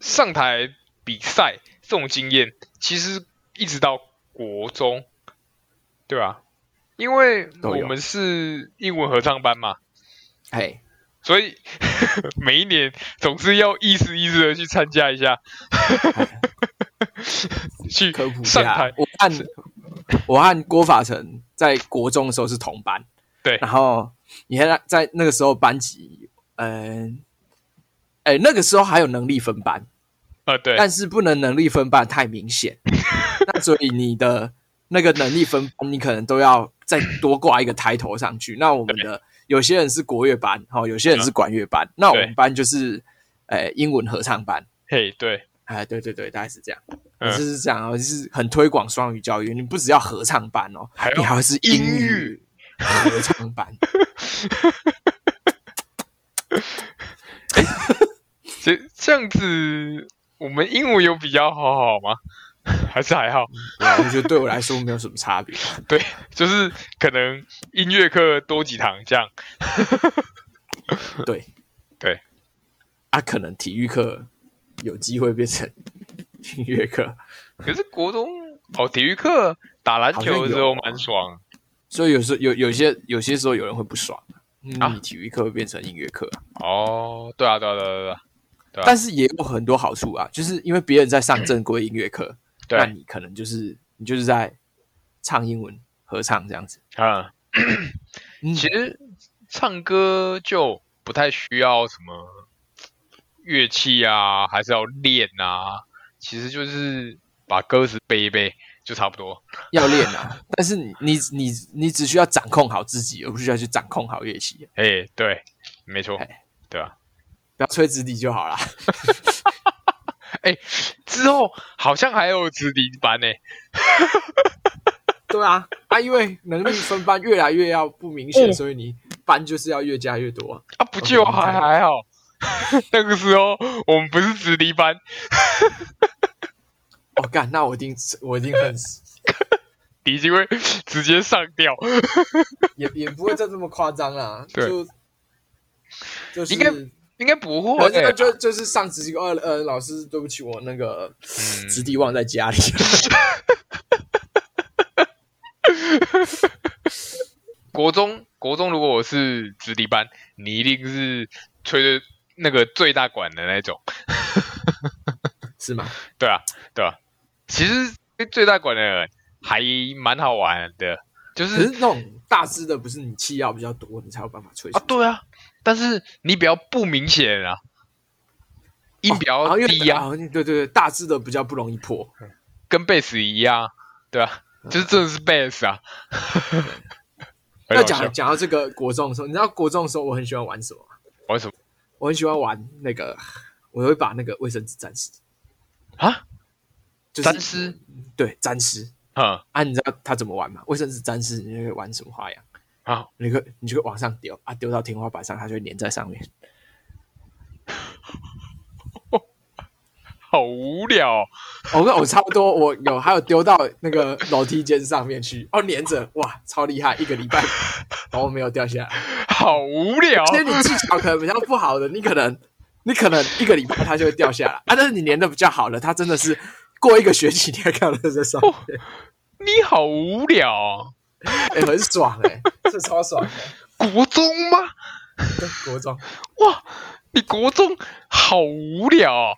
[SPEAKER 1] 上台比赛这种经验，其实一直到国中，对吧、因为
[SPEAKER 2] 都有
[SPEAKER 1] 我们是英文合唱班嘛，
[SPEAKER 2] 哎，
[SPEAKER 1] 所以 每一年总是要意思意思的去参加一下， 去
[SPEAKER 2] 科普一
[SPEAKER 1] 上
[SPEAKER 2] 下
[SPEAKER 1] 台，，
[SPEAKER 2] 我和我和郭法成在国中的时候是同班，
[SPEAKER 1] 对
[SPEAKER 2] 然后你看在那个时候班级，嗯、哎、那个时候还有能力分班，
[SPEAKER 1] 呃，对，
[SPEAKER 2] 但是不能能力分班太 明显，那所以你的那个能力分班，你可能都要再多挂一个抬头上去。那我们的有些人是国乐班，哦，有些人
[SPEAKER 1] 嗯
[SPEAKER 2] 是管乐班，那我们班就是呃英文合唱班，
[SPEAKER 1] 嘿，对，
[SPEAKER 2] 哎，对对对，大概是这样，
[SPEAKER 1] 嗯
[SPEAKER 2] 就是这样哦，就是很推广双语教育。你不只要合唱班哦，
[SPEAKER 1] 还
[SPEAKER 2] 你
[SPEAKER 1] 有
[SPEAKER 2] 还要是英语合唱班，
[SPEAKER 1] 这这样子，我们英文有比较好好吗？ 还是还好？
[SPEAKER 2] 我觉得对我来说没有什么差别。
[SPEAKER 1] 对，就是可能音乐课多几堂这样。
[SPEAKER 2] 对
[SPEAKER 1] 对，
[SPEAKER 2] 啊，可能体育课有机会变成音乐课，
[SPEAKER 1] 可是国中哦，体育课打篮球的时候
[SPEAKER 2] 好像有
[SPEAKER 1] 蛮爽，
[SPEAKER 2] 所以有时候有有些有些时候有人会不爽，
[SPEAKER 1] 啊
[SPEAKER 2] 嗯，你体育课会变成音乐课啊，
[SPEAKER 1] 哦，对啊，对啊，对啊，对啊，对啊
[SPEAKER 2] 但是也有很多好处啊，就是因为别人在上正规音乐课，
[SPEAKER 1] 对啊
[SPEAKER 2] 那你可能就是你就是在唱英文合唱这样子，
[SPEAKER 1] 啊、
[SPEAKER 2] 嗯
[SPEAKER 1] 其实唱歌就不太需要什么乐器啊，还是要练啊，其实就是把歌词背一背就差不多。
[SPEAKER 2] 要练啊，但是你你你你只需要掌控好自己，而不需要去掌控好乐器，
[SPEAKER 1] 哎，对，没错
[SPEAKER 2] 哎，
[SPEAKER 1] 对啊。
[SPEAKER 2] 不要吹直笛就好啦。
[SPEAKER 1] 哎之后好像还有直笛班呢、
[SPEAKER 2] 对啊，啊，因为能力分班越来越要不明显，所以你班就是要越加越多啊。
[SPEAKER 1] 啊，不就还还好。 那个时候我们不是直笛班，
[SPEAKER 2] 我、哦干，那我一定我一定很
[SPEAKER 1] 你就会直接上 吊。
[SPEAKER 2] 也也不会再这么夸张 啦。
[SPEAKER 1] 对
[SPEAKER 2] 就就是
[SPEAKER 1] 应该应该不会、
[SPEAKER 2] 我这个就就是上职级呃呃，老师，对不起，我那个直弟忘在家里。
[SPEAKER 1] 国中国中如果我是直笛班，你一定是吹的那个最大管的那种，
[SPEAKER 2] 是吗？
[SPEAKER 1] 对啊，对啊。其实最大管的还蛮好玩的，就
[SPEAKER 2] 可是
[SPEAKER 1] 是
[SPEAKER 2] 那种大只的，不是你气要比较多，你才有办法吹出
[SPEAKER 1] 啊，对啊，但是你比较不明显啊，音比
[SPEAKER 2] 然后
[SPEAKER 1] 较
[SPEAKER 2] 因为
[SPEAKER 1] 低啊，
[SPEAKER 2] 啊，对对对，大只的比较不容易破。
[SPEAKER 1] 跟贝斯一样，对啊，
[SPEAKER 2] 嗯
[SPEAKER 1] 就是真的是贝斯啊。很好
[SPEAKER 2] 那讲
[SPEAKER 1] 笑
[SPEAKER 2] 讲到这个国中的时候，你知道国中的时候我很喜欢玩什么吗？
[SPEAKER 1] 玩什么
[SPEAKER 2] 我很喜欢玩那个，我会把那个卫生纸沾湿，
[SPEAKER 1] 啊？
[SPEAKER 2] 就是
[SPEAKER 1] 三师，
[SPEAKER 2] 对沾湿
[SPEAKER 1] 嗯
[SPEAKER 2] 啊，你知道他怎么玩吗？卫生纸沾湿，你就会玩什么花样？
[SPEAKER 1] 啊，
[SPEAKER 2] 你可你就会往上丢啊，丢到天花板上，它就会粘在上面。
[SPEAKER 1] 好无聊、哦。
[SPEAKER 2] 我跟我差不多，我有还有丢到那个楼梯间上面去，哦，粘着，哇，超厉害，一个礼拜， 然后没有掉下来。
[SPEAKER 1] 好无聊。啊
[SPEAKER 2] 其实你技巧可能比较不好的，你可能你可能一个礼拜它就会掉下来啊，但是你粘的比较好的，它真的是过一个学期你还看到它在上面。
[SPEAKER 1] 你你好无聊、哦，
[SPEAKER 2] 哎、很爽哎、这超爽的。
[SPEAKER 1] 国中吗？
[SPEAKER 2] 对国中，
[SPEAKER 1] 哇，你国中好无聊、哦，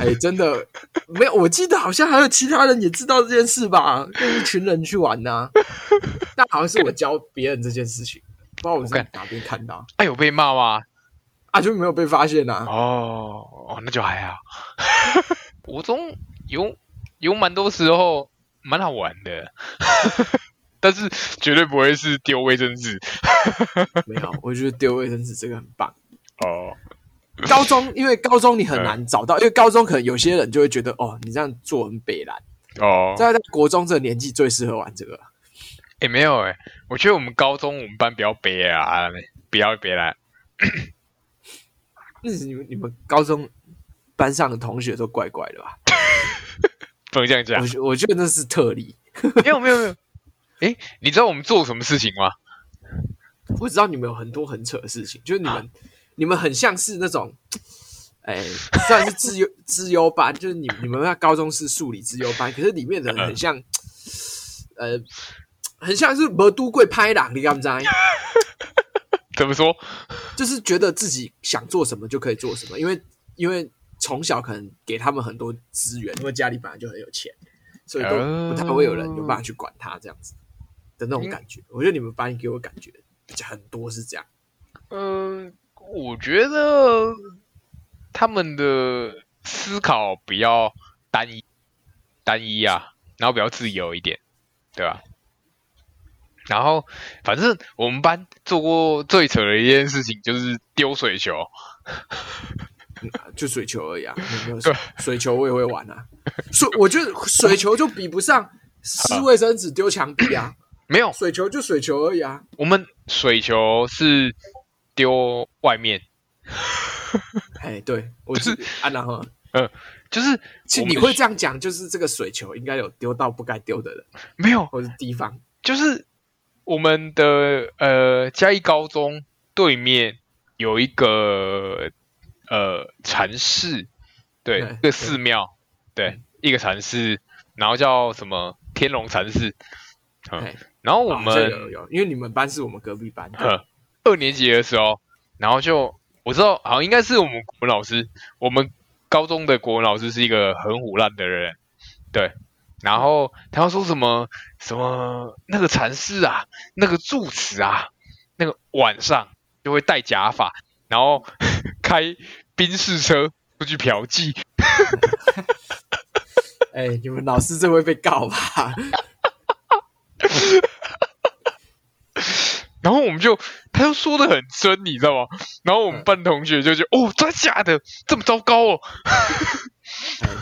[SPEAKER 2] 哎、真的没有，我记得好像还有其他人也知道这件事吧，跟一群人去玩呐、但好像是我教别人这件事情，不知道我是
[SPEAKER 1] 干
[SPEAKER 2] 哪边看到
[SPEAKER 1] 哎、有被骂吗？
[SPEAKER 2] 啊，就没有被发现呐、啊。
[SPEAKER 1] 哦，哦，那就还 好。国中有有蛮多时候蛮好玩的， 但是绝对不会是丢卫生纸
[SPEAKER 2] 没有，我觉得丢卫生纸这个很棒。
[SPEAKER 1] 哦。
[SPEAKER 2] 高中因为高中你很难找到，因为高中可能有些人就会觉得哦，你这样做很北蓝。
[SPEAKER 1] 哦，
[SPEAKER 2] 在在国中这个年纪最适合玩这个，
[SPEAKER 1] 哎、没有哎、我觉得我们高中我们班比较悲啊，比较悲来。
[SPEAKER 2] 那是你们你们高中班上的同学都怪怪的吧？
[SPEAKER 1] 不能这样讲
[SPEAKER 2] 我。觉我觉得那是特例。
[SPEAKER 1] 没有没有没有。哎、你知道我们做什么事情吗？
[SPEAKER 2] 我知道你们有很多很扯的事情，就是你们你们很像是那种，哎，虽然是资 优资优班，就是你你们那高中是数理资优班，可是里面的人很像，呃，很像是魔都贵拍档，你敢不知道？
[SPEAKER 1] 怎么说？
[SPEAKER 2] 就是觉得自己想做什么就可以做什么，因为因为从小可能给他们很多资源，因为家里本来就很有钱，所以都
[SPEAKER 1] 哦
[SPEAKER 2] 不太会有人有办法去管他这样子的那种感觉。我觉得你们班给我感觉很多是这样，
[SPEAKER 1] 嗯、我觉得他们的思考比较单一，单一啊，然后比较自由一点，对吧？然后，反正我们班做过最扯的一件事情就是丢水球，
[SPEAKER 2] 就水球 而已啊，有没有水水球我也会玩啊，水我觉得水球就比不上湿卫生纸丢墙壁啊，
[SPEAKER 1] 没有，
[SPEAKER 2] 水球就水球而已啊，
[SPEAKER 1] 我们水球是丢外面，
[SPEAKER 2] 哎，对我
[SPEAKER 1] 就是
[SPEAKER 2] 记得啊，然后
[SPEAKER 1] 就是
[SPEAKER 2] 其
[SPEAKER 1] 我
[SPEAKER 2] 实
[SPEAKER 1] 们
[SPEAKER 2] 你会这样讲，就是这个水球应该有丢到不该丢的人
[SPEAKER 1] 没有，
[SPEAKER 2] 或者地方。
[SPEAKER 1] 就是我们的呃嘉义高中对面有一个呃禅寺，对，
[SPEAKER 2] 对
[SPEAKER 1] 一个寺庙，对，一个禅寺，然后叫什么天龙禅寺，嗯，
[SPEAKER 2] 哎
[SPEAKER 1] 然后我
[SPEAKER 2] 哦这
[SPEAKER 1] 们、
[SPEAKER 2] 有有有，因为你们班是我们隔壁班，
[SPEAKER 1] 呵二年级的时候，然后就我知道好像应该是我们国文老师，我们高中的国文老师是一个很虎烂的人，对。然后他要说什么什么那个禅师啊，那个住持啊，那个晚上就会戴假发，然后 开宾士车出去嫖妓，
[SPEAKER 2] 哎，你们老师这会被告吧？
[SPEAKER 1] 然后我们就，他就说的很真，你知道吗？然后我们班同学就觉得，哦，真的假的，这么糟糕哦。
[SPEAKER 2] 哎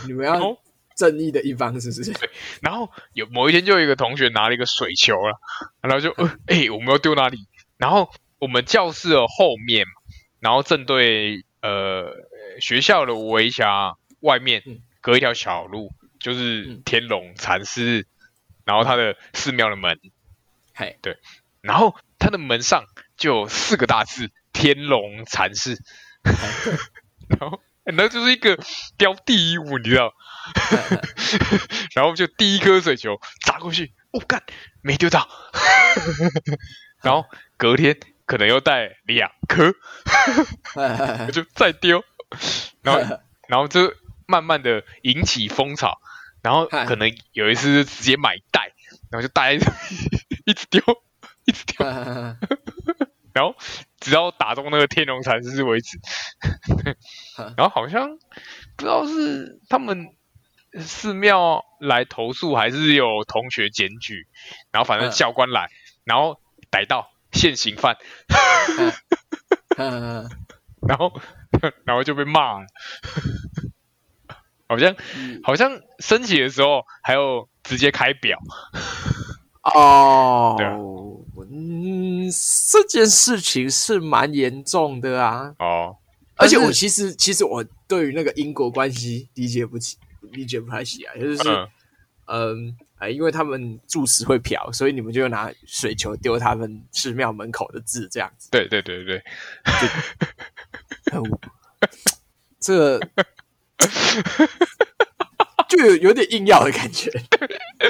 [SPEAKER 2] 你们
[SPEAKER 1] 然后
[SPEAKER 2] 要正义的一方是不是？
[SPEAKER 1] 然后有某一天就有一个同学拿了一个水球了，然后就呃哎、我们要丢哪里？然后我们教室的后面嘛，然后正对呃学校的围墙外面
[SPEAKER 2] 嗯
[SPEAKER 1] 隔一条小路，就是
[SPEAKER 2] 嗯
[SPEAKER 1] 天龙禅师，然后他的寺庙的门，
[SPEAKER 2] 嘿，
[SPEAKER 1] 然后他的门上就有四个大字“天龙禅师”， 然后那就是一个标第一物，你知道吗？ 然后就第一颗水球砸过去，我、哦、干没丢到， 然后隔天可能又带两颗，我就再丢，然 后然后就慢慢的引起风潮，然后
[SPEAKER 2] 嗨
[SPEAKER 1] 可能有一次就直接买袋，然后就袋 一直丢，一直丢，然后直到打中那个天龙禅师为止。 然后好像不知道是他们寺庙来投诉，还是有同学检举，然后反正
[SPEAKER 2] 嗯
[SPEAKER 1] 教官来，然后逮到现行犯，然后 然后就被骂了。好像
[SPEAKER 2] 嗯
[SPEAKER 1] 好像升旗的时候还有直接开表，
[SPEAKER 2] 哦
[SPEAKER 1] 对啊，
[SPEAKER 2] 嗯，这件事情是蛮严重的啊。
[SPEAKER 1] 哦，
[SPEAKER 2] 而且
[SPEAKER 1] 但是
[SPEAKER 2] 我其实其实我对于那个因果关系理解不起，理解不太起来，就是
[SPEAKER 1] 嗯，
[SPEAKER 2] 嗯，哎，因为他们住持会嫖，所以你们就拿水球丢他们寺庙门口的字，这样子。
[SPEAKER 1] 对对对对，
[SPEAKER 2] 很无 这个就有有点硬要的感觉。
[SPEAKER 1] 就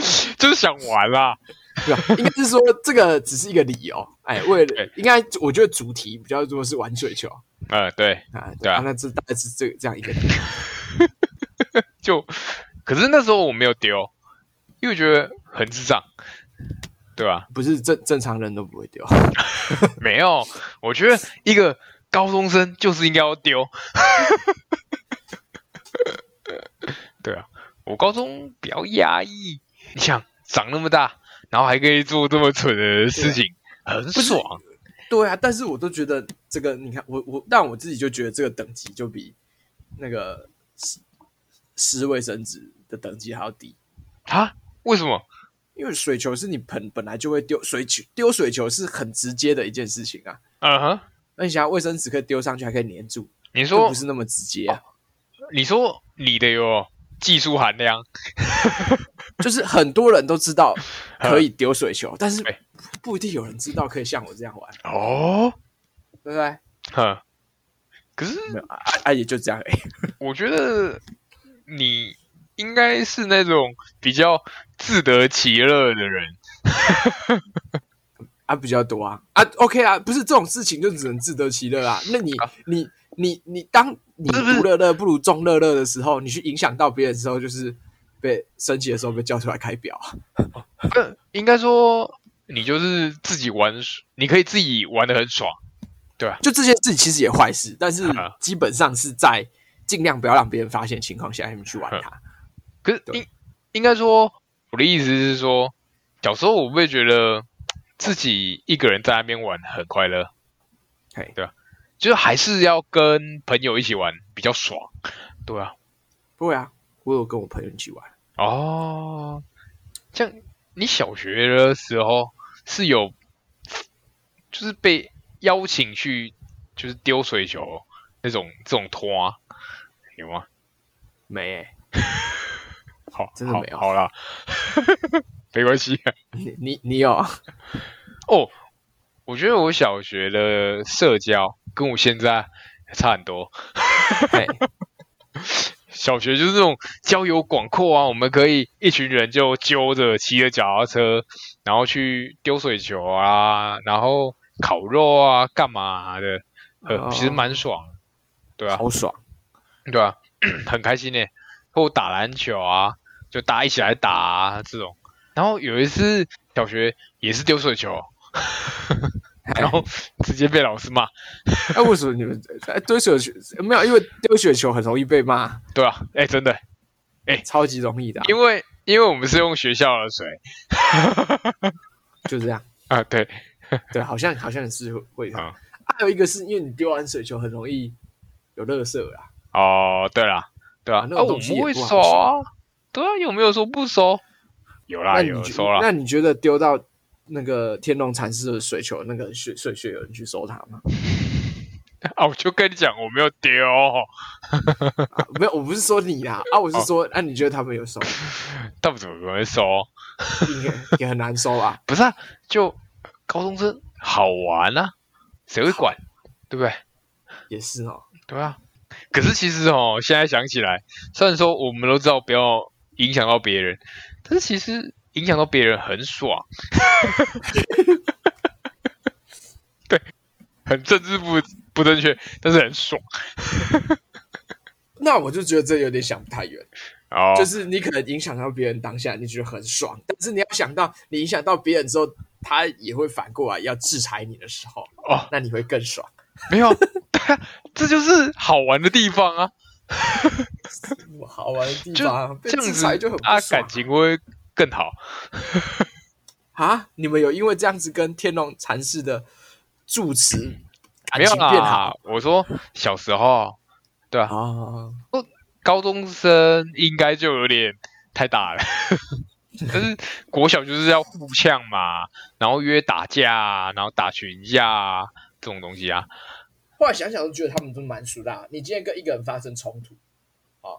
[SPEAKER 1] 是就是想玩啦。
[SPEAKER 2] 对吧？应该是说这个只是一个理由，哎，为了
[SPEAKER 1] 对
[SPEAKER 2] 应该我觉得主题比较多是玩水球
[SPEAKER 1] 呃，对，
[SPEAKER 2] 啊，
[SPEAKER 1] 对啊
[SPEAKER 2] 那这大概是这这样一个理由
[SPEAKER 1] 就可是那时候我没有丢，因为觉得很智障，对吧、
[SPEAKER 2] 不是正正常人都不会丢，
[SPEAKER 1] 没有，我觉得一个高中生就是应该要丢。 对啊，我高中比较压抑，你想长那么大，然后还可以做这么蠢
[SPEAKER 2] 啊
[SPEAKER 1] 的事情，很爽。
[SPEAKER 2] 对啊，但是我都觉得这个，你看我我，但我自己就觉得这个等级就比那个湿湿卫生纸的等级还要低，
[SPEAKER 1] 啊？为什么？
[SPEAKER 2] 因为水球是你本本来就会丢水球，丢水球是很直接的一件事情啊。
[SPEAKER 1] 嗯哼，
[SPEAKER 2] 那你想要卫生纸可以丢上去，还可以粘住，
[SPEAKER 1] 你
[SPEAKER 2] 这
[SPEAKER 1] 说
[SPEAKER 2] 不是那么直接啊，
[SPEAKER 1] 你说你的有技术含量，
[SPEAKER 2] 就是很多人都知道可以丢水球，但是
[SPEAKER 1] 嗯对
[SPEAKER 2] 不一定有人知道可以像我这样玩，
[SPEAKER 1] 哦，
[SPEAKER 2] 对不对？
[SPEAKER 1] 哼。可是
[SPEAKER 2] 没有啊啊，也就这样而已。
[SPEAKER 1] 我觉得你应该是那种比较自得其乐的人，
[SPEAKER 2] 啊比较多啊啊，OK 啊，不是这种事情就只能自得其乐啊。那你、你你你，当你
[SPEAKER 1] 不是不是
[SPEAKER 2] 独乐乐不如众乐乐的时候，你去影响到别人的时候，就是被生气的时候被叫出来开表啊。
[SPEAKER 1] 呃，应该说你就是自己玩，你可以自己玩的很爽，对吧、
[SPEAKER 2] 就这件事情其实也坏事，但是
[SPEAKER 1] 啊
[SPEAKER 2] 基本上是在尽量不要让别人发现的情况下，你们去玩
[SPEAKER 1] 嗯
[SPEAKER 2] 它。
[SPEAKER 1] 可是
[SPEAKER 2] 对
[SPEAKER 1] 应应该说，我的意思是说，小时候我会觉得自己一个人在那边玩很快乐，
[SPEAKER 2] 嘿
[SPEAKER 1] 对吧、啊就是还是要跟朋友一起玩比较爽，对啊。
[SPEAKER 2] 不会啊，我有跟我朋友一起玩，
[SPEAKER 1] 哦，像你小学的时候是有，就是被邀请去就是丢水球那种这种拖啊有吗？
[SPEAKER 2] 没、欸。
[SPEAKER 1] 好，
[SPEAKER 2] 真的
[SPEAKER 1] 好
[SPEAKER 2] 没有
[SPEAKER 1] 好啦， 没关系。
[SPEAKER 2] 你 你你有啊？
[SPEAKER 1] 哦，我觉得我小学的社交跟我现在差很多。
[SPEAKER 2] 嘿
[SPEAKER 1] 小学就是那种交友广阔啊，我们可以一群人就揪着骑着脚踏车，然后去丢水球啊，然后烤肉啊，干嘛的，呃，
[SPEAKER 2] 哦
[SPEAKER 1] 其实蛮爽的，对啊，
[SPEAKER 2] 好爽！
[SPEAKER 1] 对啊， 很开心呢、或打篮球啊，就大家一起来打啊这种。然后有一次小学也是丢水球， 然后直接被老师骂，
[SPEAKER 2] 哎、为什么你们哎丢雪球没有？因为丢雪球很容易被骂，
[SPEAKER 1] 对啊，哎、真的，
[SPEAKER 2] 超级容易的啊、
[SPEAKER 1] 因为因为我们是用学校的水
[SPEAKER 2] 就这样。
[SPEAKER 1] 啊，对，
[SPEAKER 2] 对，好像好像是会的。
[SPEAKER 1] 啊
[SPEAKER 2] 啊，还有一个是因为你丢完水球很容易有垃圾啊啦，
[SPEAKER 1] 哦，对啦，对啊，
[SPEAKER 2] 啊
[SPEAKER 1] 啊
[SPEAKER 2] 那种
[SPEAKER 1] 我
[SPEAKER 2] 东西
[SPEAKER 1] 们会
[SPEAKER 2] 也不好
[SPEAKER 1] 收啊，对啊，有没有说不收？有啦，
[SPEAKER 2] 那你
[SPEAKER 1] 啊有
[SPEAKER 2] 觉
[SPEAKER 1] 收啦，
[SPEAKER 2] 那你觉得丢到那个天龙禅师的水球那个水水穴有人去收它吗？
[SPEAKER 1] 啊，我就跟你讲，我没有丢，
[SPEAKER 2] 啊，没有，我不是说你 啦，
[SPEAKER 1] 哦
[SPEAKER 2] 啊，我是说，那、你觉得他们有收？
[SPEAKER 1] 他们怎么可能会收？
[SPEAKER 2] 应该也很难收啊。
[SPEAKER 1] 不是啊，就高中生好玩啊，谁会管？对不对？
[SPEAKER 2] 也是哦，
[SPEAKER 1] 对啊。可
[SPEAKER 2] 嗯
[SPEAKER 1] 是其实哦，现在想起来，虽然说我们都知道不要影响到别人，但是其实影响到别人很 爽。对，很政治不不正确，但是很爽。
[SPEAKER 2] 那我就觉得这有点想不太远，
[SPEAKER 1] 哦，
[SPEAKER 2] 就是你可能影响到别人当下，你觉得很爽，但是你要想到你影响到别人之后，他也会反过来要制裁你的时候，
[SPEAKER 1] 哦，
[SPEAKER 2] 那你会更爽。
[SPEAKER 1] 没有，对啊，这就是好玩的地方啊。
[SPEAKER 2] 不好玩的地
[SPEAKER 1] 就
[SPEAKER 2] 方，被
[SPEAKER 1] 这样
[SPEAKER 2] 制
[SPEAKER 1] 子
[SPEAKER 2] 裁就很不
[SPEAKER 1] 啊，
[SPEAKER 2] 爽
[SPEAKER 1] 感情会更好。
[SPEAKER 2] 啊！你们有因为这样子跟天龙禅师的住持
[SPEAKER 1] 没
[SPEAKER 2] 感
[SPEAKER 1] 有
[SPEAKER 2] 情变
[SPEAKER 1] 啦
[SPEAKER 2] 好，
[SPEAKER 1] 我说小时候，对啊，
[SPEAKER 2] 啊？
[SPEAKER 1] 高中生应该就有点太大了， 但是国小就是要互呛嘛，然后约打架啊，然后打群架啊，这种东西啊，
[SPEAKER 2] 后来想想都觉得他们都蛮熟的。你今天跟一个人发生冲突，啊，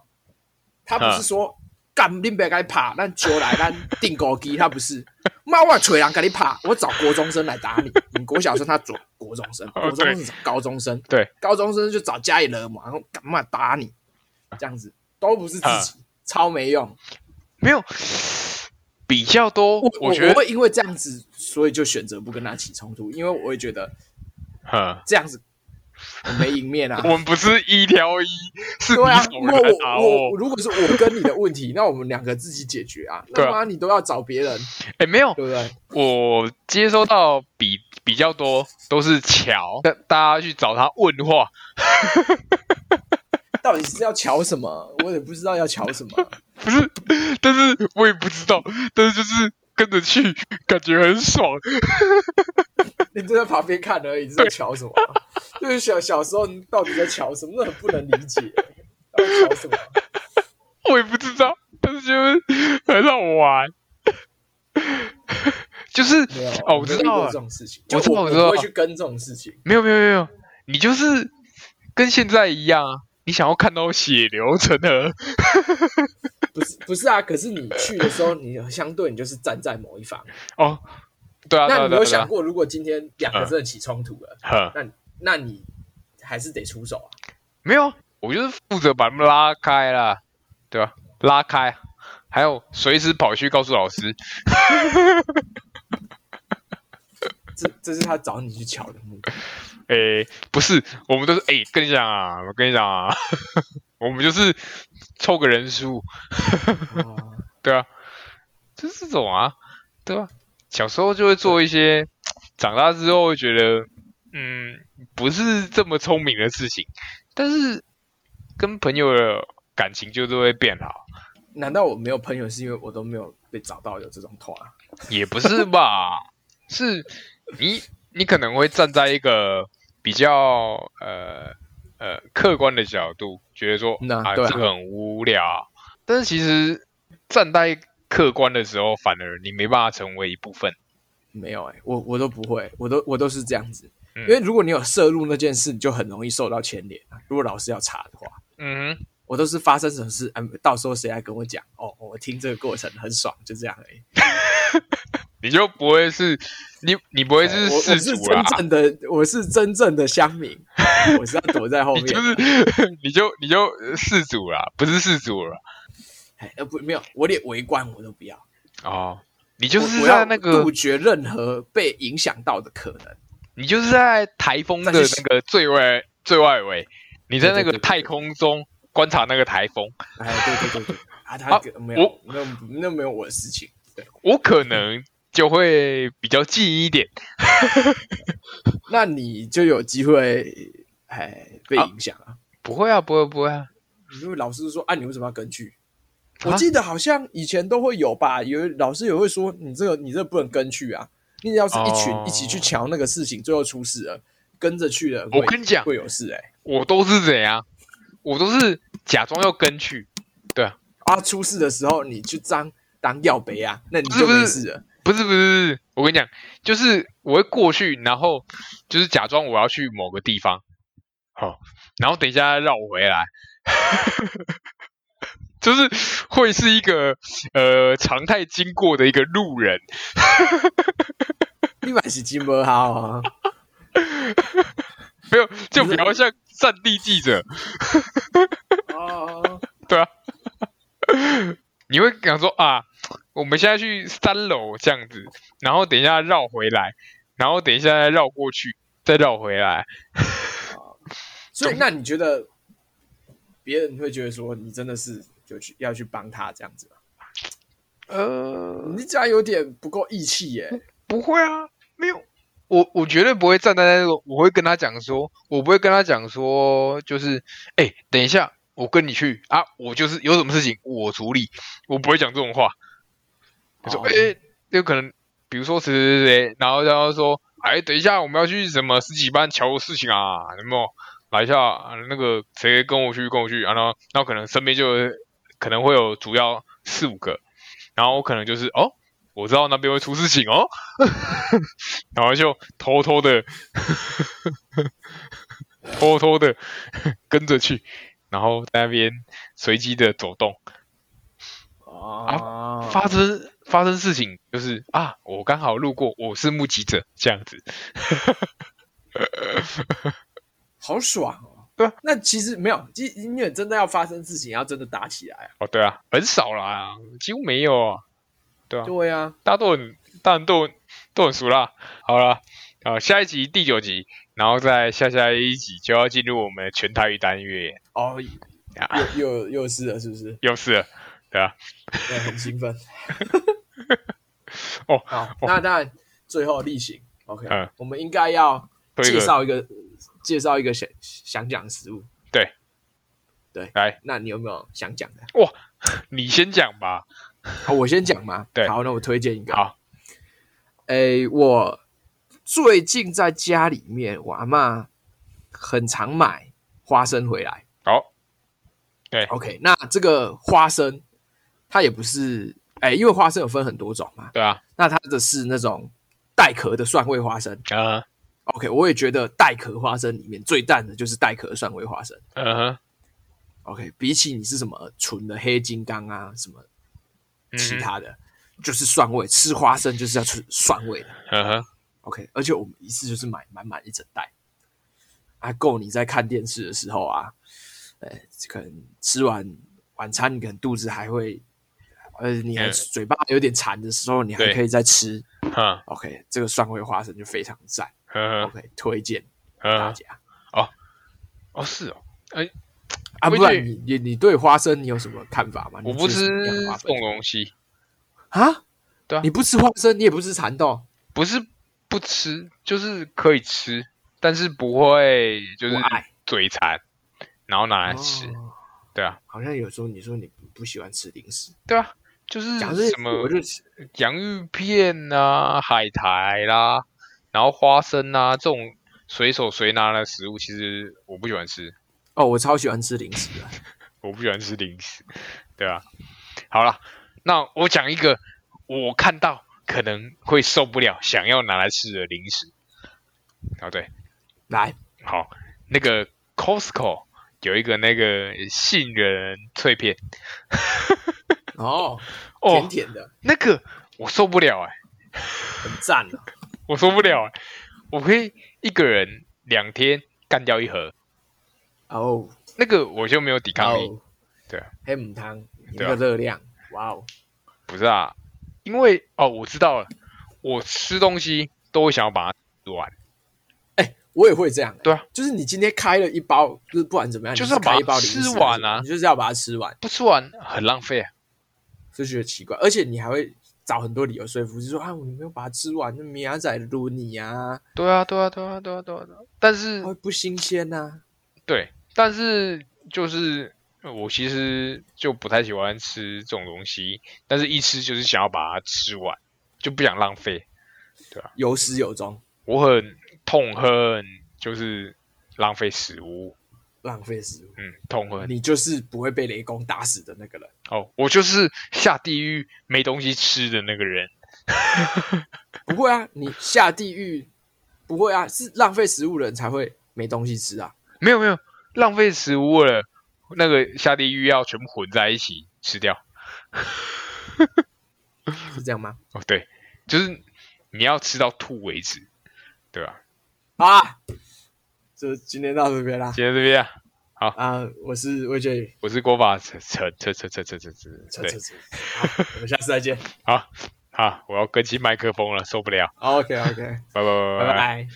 [SPEAKER 2] 他不是说干你别该怕，咱就来咱定高机，他 不是。妈，我锤人给你怕，我找国中生来打你。你国小生他找国中 生，国中生找高中生，
[SPEAKER 1] 哦对，
[SPEAKER 2] 高中生就找家里人嘛，然后干嘛打你？这样子都不是自己，超没用。
[SPEAKER 1] 没有，比较多
[SPEAKER 2] 我，
[SPEAKER 1] 我
[SPEAKER 2] 我
[SPEAKER 1] 觉得，
[SPEAKER 2] 会因为这样子，所以就选择不跟他起冲突，因为我会觉得
[SPEAKER 1] 哼，
[SPEAKER 2] 这样子很没赢 面啊。
[SPEAKER 1] 我们不是一挑一，是你
[SPEAKER 2] 对啊，
[SPEAKER 1] 找
[SPEAKER 2] 因为
[SPEAKER 1] 人啊
[SPEAKER 2] 我我
[SPEAKER 1] 哦。
[SPEAKER 2] 如果是我跟你的问题，那我们两个自己解决啊。
[SPEAKER 1] 对啊
[SPEAKER 2] 那妈你都要找别人，
[SPEAKER 1] 哎，没有，
[SPEAKER 2] 对不对？
[SPEAKER 1] 我接收到比比较多都是乔，大大家去找他问话，
[SPEAKER 2] 到底是要瞧什么？我也不知道要瞧什 么。
[SPEAKER 1] 不是，但是我也不知道，但是就是跟着去，感觉很爽。
[SPEAKER 2] 你就在旁边看而已，你在瞧什 么？就是小小时候你到底在瞧什么？那很不能理解，到底瞧 什么？
[SPEAKER 1] 我也不知道，但是就是很好玩。 就是
[SPEAKER 2] 没有，啊
[SPEAKER 1] 哦，我知
[SPEAKER 2] 没有遇
[SPEAKER 1] 道
[SPEAKER 2] 过
[SPEAKER 1] 了
[SPEAKER 2] 这，种事情，
[SPEAKER 1] 我知
[SPEAKER 2] 就
[SPEAKER 1] 道
[SPEAKER 2] 我
[SPEAKER 1] 我知道
[SPEAKER 2] 不会去跟这种事情。
[SPEAKER 1] 没有没有没有，你就是跟现在一样啊，你想要看到血流成河，
[SPEAKER 2] 不是不是啊，可是你去的时候，你相对你就是站在某一方。
[SPEAKER 1] 哦，对啊，对
[SPEAKER 2] 那
[SPEAKER 1] 啊，对啊
[SPEAKER 2] 你
[SPEAKER 1] 嗯
[SPEAKER 2] 有
[SPEAKER 1] 对
[SPEAKER 2] 想
[SPEAKER 1] 啊，
[SPEAKER 2] 过，如果今天两个真的起冲突了，
[SPEAKER 1] 呵，
[SPEAKER 2] 那那你还是得出手啊？
[SPEAKER 1] 没有，我就是负责把他们拉开啦，对吧、拉开，还有随时跑去告诉老师，
[SPEAKER 2] 这这是他找你去瞧的 目的。
[SPEAKER 1] 诶，不是，我们都是诶，跟你讲啊，我跟你讲啊， 我们就是凑个人数，
[SPEAKER 2] 啊
[SPEAKER 1] 对啊，就是这种啊，对啊，小时候就会做一些，长大之后会觉得，嗯，不是这么聪明的事情，但是跟朋友的感情就是会变好，
[SPEAKER 2] 难道我没有朋友是因为我都没有被找到有这种团？
[SPEAKER 1] 也不是吧？ 是你你可能会站在一个比较呃呃客观的角度，觉得说
[SPEAKER 2] 那
[SPEAKER 1] 啊
[SPEAKER 2] 对啊
[SPEAKER 1] 这个很无聊，但是其实站在客观的时候，反而你没办法成为一部分。
[SPEAKER 2] 没有哎、我我都不会，我都我都是这样子。
[SPEAKER 1] 嗯
[SPEAKER 2] 因为如果你有摄入那件事，你就很容易受到牵连啊。如果老师要查的话，
[SPEAKER 1] 嗯哼。
[SPEAKER 2] 我都是发生什么事，嗯，到时候谁来跟我讲？哦，我听这个过程很爽，就这样而已。
[SPEAKER 1] 你就不会是，你你不会是
[SPEAKER 2] 我我
[SPEAKER 1] 世
[SPEAKER 2] 是
[SPEAKER 1] 主啊啦
[SPEAKER 2] 真，正的，我是真正的乡民， 我是要躲在后
[SPEAKER 1] 你
[SPEAKER 2] 面。
[SPEAKER 1] 就是 你就你就呃世主啦，不是世主了
[SPEAKER 2] 哎，呃不，没有，我连围观我都不要，
[SPEAKER 1] 哦，你就是
[SPEAKER 2] 我我要
[SPEAKER 1] 在那个
[SPEAKER 2] 杜绝任何被影响到的可能。
[SPEAKER 1] 你就是在台风的
[SPEAKER 2] 再去
[SPEAKER 1] 那个最外最外围，你在那
[SPEAKER 2] 对对对
[SPEAKER 1] 个
[SPEAKER 2] 对
[SPEAKER 1] 太空中观察那个台风，
[SPEAKER 2] 哎，对对对对，啊，他
[SPEAKER 1] 啊
[SPEAKER 2] 个没有，那那没有我的事情。对，
[SPEAKER 1] 我可能就会比较近一点，
[SPEAKER 2] 那你就有机会，哎，被影响啊。
[SPEAKER 1] 不会啊，不会不会啊，
[SPEAKER 2] 因为老师说，啊，你为什么要跟去？
[SPEAKER 1] 啊
[SPEAKER 2] 我记得好像以前都会有吧，有老师也会说，你这个你这个不能跟去啊。你要是一群
[SPEAKER 1] 哦
[SPEAKER 2] 一起去瞧那个事情，最后出事了，跟着去了，
[SPEAKER 1] 我
[SPEAKER 2] 会
[SPEAKER 1] 跟你讲
[SPEAKER 2] 会有事哎、
[SPEAKER 1] 我都是怎样，我都是假装要跟去，
[SPEAKER 2] 啊，出事的时候你去当当药杯啊，那你
[SPEAKER 1] 不是
[SPEAKER 2] 就
[SPEAKER 1] 不
[SPEAKER 2] 没
[SPEAKER 1] 是
[SPEAKER 2] 事了。
[SPEAKER 1] 不是不是，不是，我跟你讲，就是我会过去，然后就是假装我要去某个地方，好、然后等一下绕回来， 就是会是一个呃常态经过的一个路人，
[SPEAKER 2] 你买是 金不好啊，
[SPEAKER 1] 没有就
[SPEAKER 2] 你
[SPEAKER 1] 比
[SPEAKER 2] 是
[SPEAKER 1] 较像战地记者，
[SPEAKER 2] 哦，
[SPEAKER 1] 对啊， 你会想说啊，我们现在去三楼这样子，然后等一下绕回来，然后等一下再绕过去，再绕回来，
[SPEAKER 2] 所以那你觉得别人会觉得说你真的是就去要去帮他这样子吗？
[SPEAKER 1] 呃。
[SPEAKER 2] 你这样有点不够义气耶、
[SPEAKER 1] 不会啊，没有，我我绝对不会站在那个，我会跟他讲说，我不会跟他讲说，就是，哎、等一下，我跟你去啊，我就是有什么事情我处理，我不会讲这种话。我说，
[SPEAKER 2] 哦
[SPEAKER 1] 哎、有可能，比如说谁谁谁谁，然后然后说，哎，等一下，我们要去什么十几班瞧事情啊，有没有？来一下，啊那个谁跟我去，跟我去，啊然后然后可能身边就有可能会有主要四五个，然后我可能就是哦，我知道那边会出事情哦， 然后就偷偷的 偷偷的跟着去，然后在那边随机的走动，
[SPEAKER 2] 哦，
[SPEAKER 1] 啊发生发生事情就是啊，我刚好路过，我是目击者这样子，
[SPEAKER 2] 好爽哦。
[SPEAKER 1] 对啊
[SPEAKER 2] 那其实没有，其实因为真的要发生事情，要真的打起来啊。
[SPEAKER 1] 哦对啊，很少啦，几乎没有啊，对啊，
[SPEAKER 2] 对啊，
[SPEAKER 1] 大家都很，大家都很都很熟啦。好啦，啊，下一集第九集，然后再下下一集就要进入我们的全台语单元，
[SPEAKER 2] 哦，
[SPEAKER 1] 啊
[SPEAKER 2] 又又又是了，是 不是？
[SPEAKER 1] 又是了，对啊，
[SPEAKER 2] 对，很兴奋。
[SPEAKER 1] 哦
[SPEAKER 2] 好，那当然，最后例行，OK，
[SPEAKER 1] 嗯
[SPEAKER 2] 我们应该要
[SPEAKER 1] 推
[SPEAKER 2] 介
[SPEAKER 1] 个
[SPEAKER 2] 绍一个介绍一个想想讲的食物。
[SPEAKER 1] 对，
[SPEAKER 2] 对，
[SPEAKER 1] 来，
[SPEAKER 2] 那你有没有想讲的？
[SPEAKER 1] 你先讲吧。
[SPEAKER 2] 好，我先讲嘛。
[SPEAKER 1] 对
[SPEAKER 2] 好，那我推荐一个。
[SPEAKER 1] 好，
[SPEAKER 2] 诶，我最近在家里面，我阿妈很常买花生回来。
[SPEAKER 1] 好，
[SPEAKER 2] OK，那这个花生它也不是，诶，因为花生有分很多种嘛，
[SPEAKER 1] 对啊，
[SPEAKER 2] 那它的是那种带壳的蒜味花生。
[SPEAKER 1] 嗯
[SPEAKER 2] OK，我也觉得带壳花生里面最淡的就是带壳蒜味花生。
[SPEAKER 1] 嗯哼，
[SPEAKER 2] OK，比起你是什么纯的黑金刚啊，什么
[SPEAKER 1] 嗯
[SPEAKER 2] 其
[SPEAKER 1] 哼
[SPEAKER 2] 他的，就是蒜味，吃花生就是要吃蒜味的。
[SPEAKER 1] 嗯哼，
[SPEAKER 2] OK，而且我们一次就是买满满一整袋，啊，够你在看电视的时候啊，呃，可能吃完晚餐，你可能肚子还会，呃，你还
[SPEAKER 1] 嗯
[SPEAKER 2] 嘴巴有点馋的时候，你还
[SPEAKER 1] 对
[SPEAKER 2] 可以再吃。
[SPEAKER 1] 嗯
[SPEAKER 2] OK，这个蒜味花生就非常赞。
[SPEAKER 1] 嗯哼
[SPEAKER 2] OK，推荐大
[SPEAKER 1] 嗯哼，
[SPEAKER 2] 家。
[SPEAKER 1] 哦是哦，我
[SPEAKER 2] 啊，不
[SPEAKER 1] 觉得
[SPEAKER 2] 然你你你对花生你有什么看法吗？你
[SPEAKER 1] 我不
[SPEAKER 2] 觉
[SPEAKER 1] 吃
[SPEAKER 2] 得什么样的花
[SPEAKER 1] 这种
[SPEAKER 2] 粉
[SPEAKER 1] 东西，
[SPEAKER 2] 啊？
[SPEAKER 1] 对啊
[SPEAKER 2] 你不吃花生，你也不吃蚕豆。
[SPEAKER 1] 不是不吃，就是可以吃，但是不会就是
[SPEAKER 2] 不爱
[SPEAKER 1] 嘴馋，然后拿来吃，
[SPEAKER 2] 哦
[SPEAKER 1] 对啊，
[SPEAKER 2] 好像有时候你说你不不喜欢吃零食，
[SPEAKER 1] 对啊，就是
[SPEAKER 2] 讲这
[SPEAKER 1] 什么
[SPEAKER 2] 我就
[SPEAKER 1] 洋芋片啊、海苔啦、然后花生啊这种随手随拿的食物，其实我不喜欢吃，
[SPEAKER 2] 哦，我超喜欢吃零食的。
[SPEAKER 1] 我不喜欢吃零食，对啊。好了，那我讲一个我看到可能会受不了，想要拿来吃的零食。哦，对，
[SPEAKER 2] 来，
[SPEAKER 1] 好，那个 Costco 有一个那个杏仁脆片，
[SPEAKER 2] 哦，甜
[SPEAKER 1] 哦，
[SPEAKER 2] 甜的，
[SPEAKER 1] 那个我受不了哎、
[SPEAKER 2] 很赞啊的。
[SPEAKER 1] 我受不了哎、我可以一个人两天干掉一盒，
[SPEAKER 2] 哦，
[SPEAKER 1] 那个我就没有抵抗力。
[SPEAKER 2] 哦，
[SPEAKER 1] 对啊，
[SPEAKER 2] 黑母汤，
[SPEAKER 1] 对
[SPEAKER 2] 那
[SPEAKER 1] 啊
[SPEAKER 2] 个热量，哇哦，
[SPEAKER 1] 不是啊，因为哦，我知道了，我吃东西都会想要把它吃完，
[SPEAKER 2] 哎，我也会这样。
[SPEAKER 1] 对啊，
[SPEAKER 2] 就是你今天开了一包，就是不管怎么样，
[SPEAKER 1] 就是
[SPEAKER 2] 你
[SPEAKER 1] 要把它
[SPEAKER 2] 开一包零
[SPEAKER 1] 吃
[SPEAKER 2] 食
[SPEAKER 1] 完啊
[SPEAKER 2] 你就是要把它吃完。
[SPEAKER 1] 不吃完很浪费啊。
[SPEAKER 2] 就觉得奇怪，而且你还会找很多理由说服，就说啊，我没有把它吃完，那明仔载撸你啊，
[SPEAKER 1] 对啊，对啊，对啊，对啊，对啊，对啊但是
[SPEAKER 2] 它会不新鲜啊呐、
[SPEAKER 1] 对，但是就是呃我其实就不太喜欢吃这种东西，但是一吃就是想要把它吃完，就不想浪费。
[SPEAKER 2] 有始有终，
[SPEAKER 1] 我很痛恨就是浪费食物，
[SPEAKER 2] 浪费食物，
[SPEAKER 1] 嗯，痛恨
[SPEAKER 2] 你就是不会被雷公打死的那个人。
[SPEAKER 1] 哦，我就是下地狱没东西吃的那个人。
[SPEAKER 2] 不会啊，你下地狱不会啊，是浪费食物的人才会没东西吃啊。
[SPEAKER 1] 没有没有，浪费食物了，那个下地狱要全部混在一起吃掉。
[SPEAKER 2] 是这样吗？
[SPEAKER 1] 哦，对，就是你要吃到吐为止，对吧、
[SPEAKER 2] 好啊，就今天到这边啦。
[SPEAKER 1] 今天这边、啊，
[SPEAKER 2] 啊、我是魏俊宇，
[SPEAKER 1] 我是郭法陈陈陈陈陈陈陈
[SPEAKER 2] 扯
[SPEAKER 1] 陈，
[SPEAKER 2] 扯
[SPEAKER 1] 对，
[SPEAKER 2] 扯，好，我们下次再见。
[SPEAKER 1] 好，好，我要更新麦克风了，受不了，
[SPEAKER 2] OK OK，
[SPEAKER 1] 拜拜拜
[SPEAKER 2] 拜
[SPEAKER 1] 拜。
[SPEAKER 2] 拜。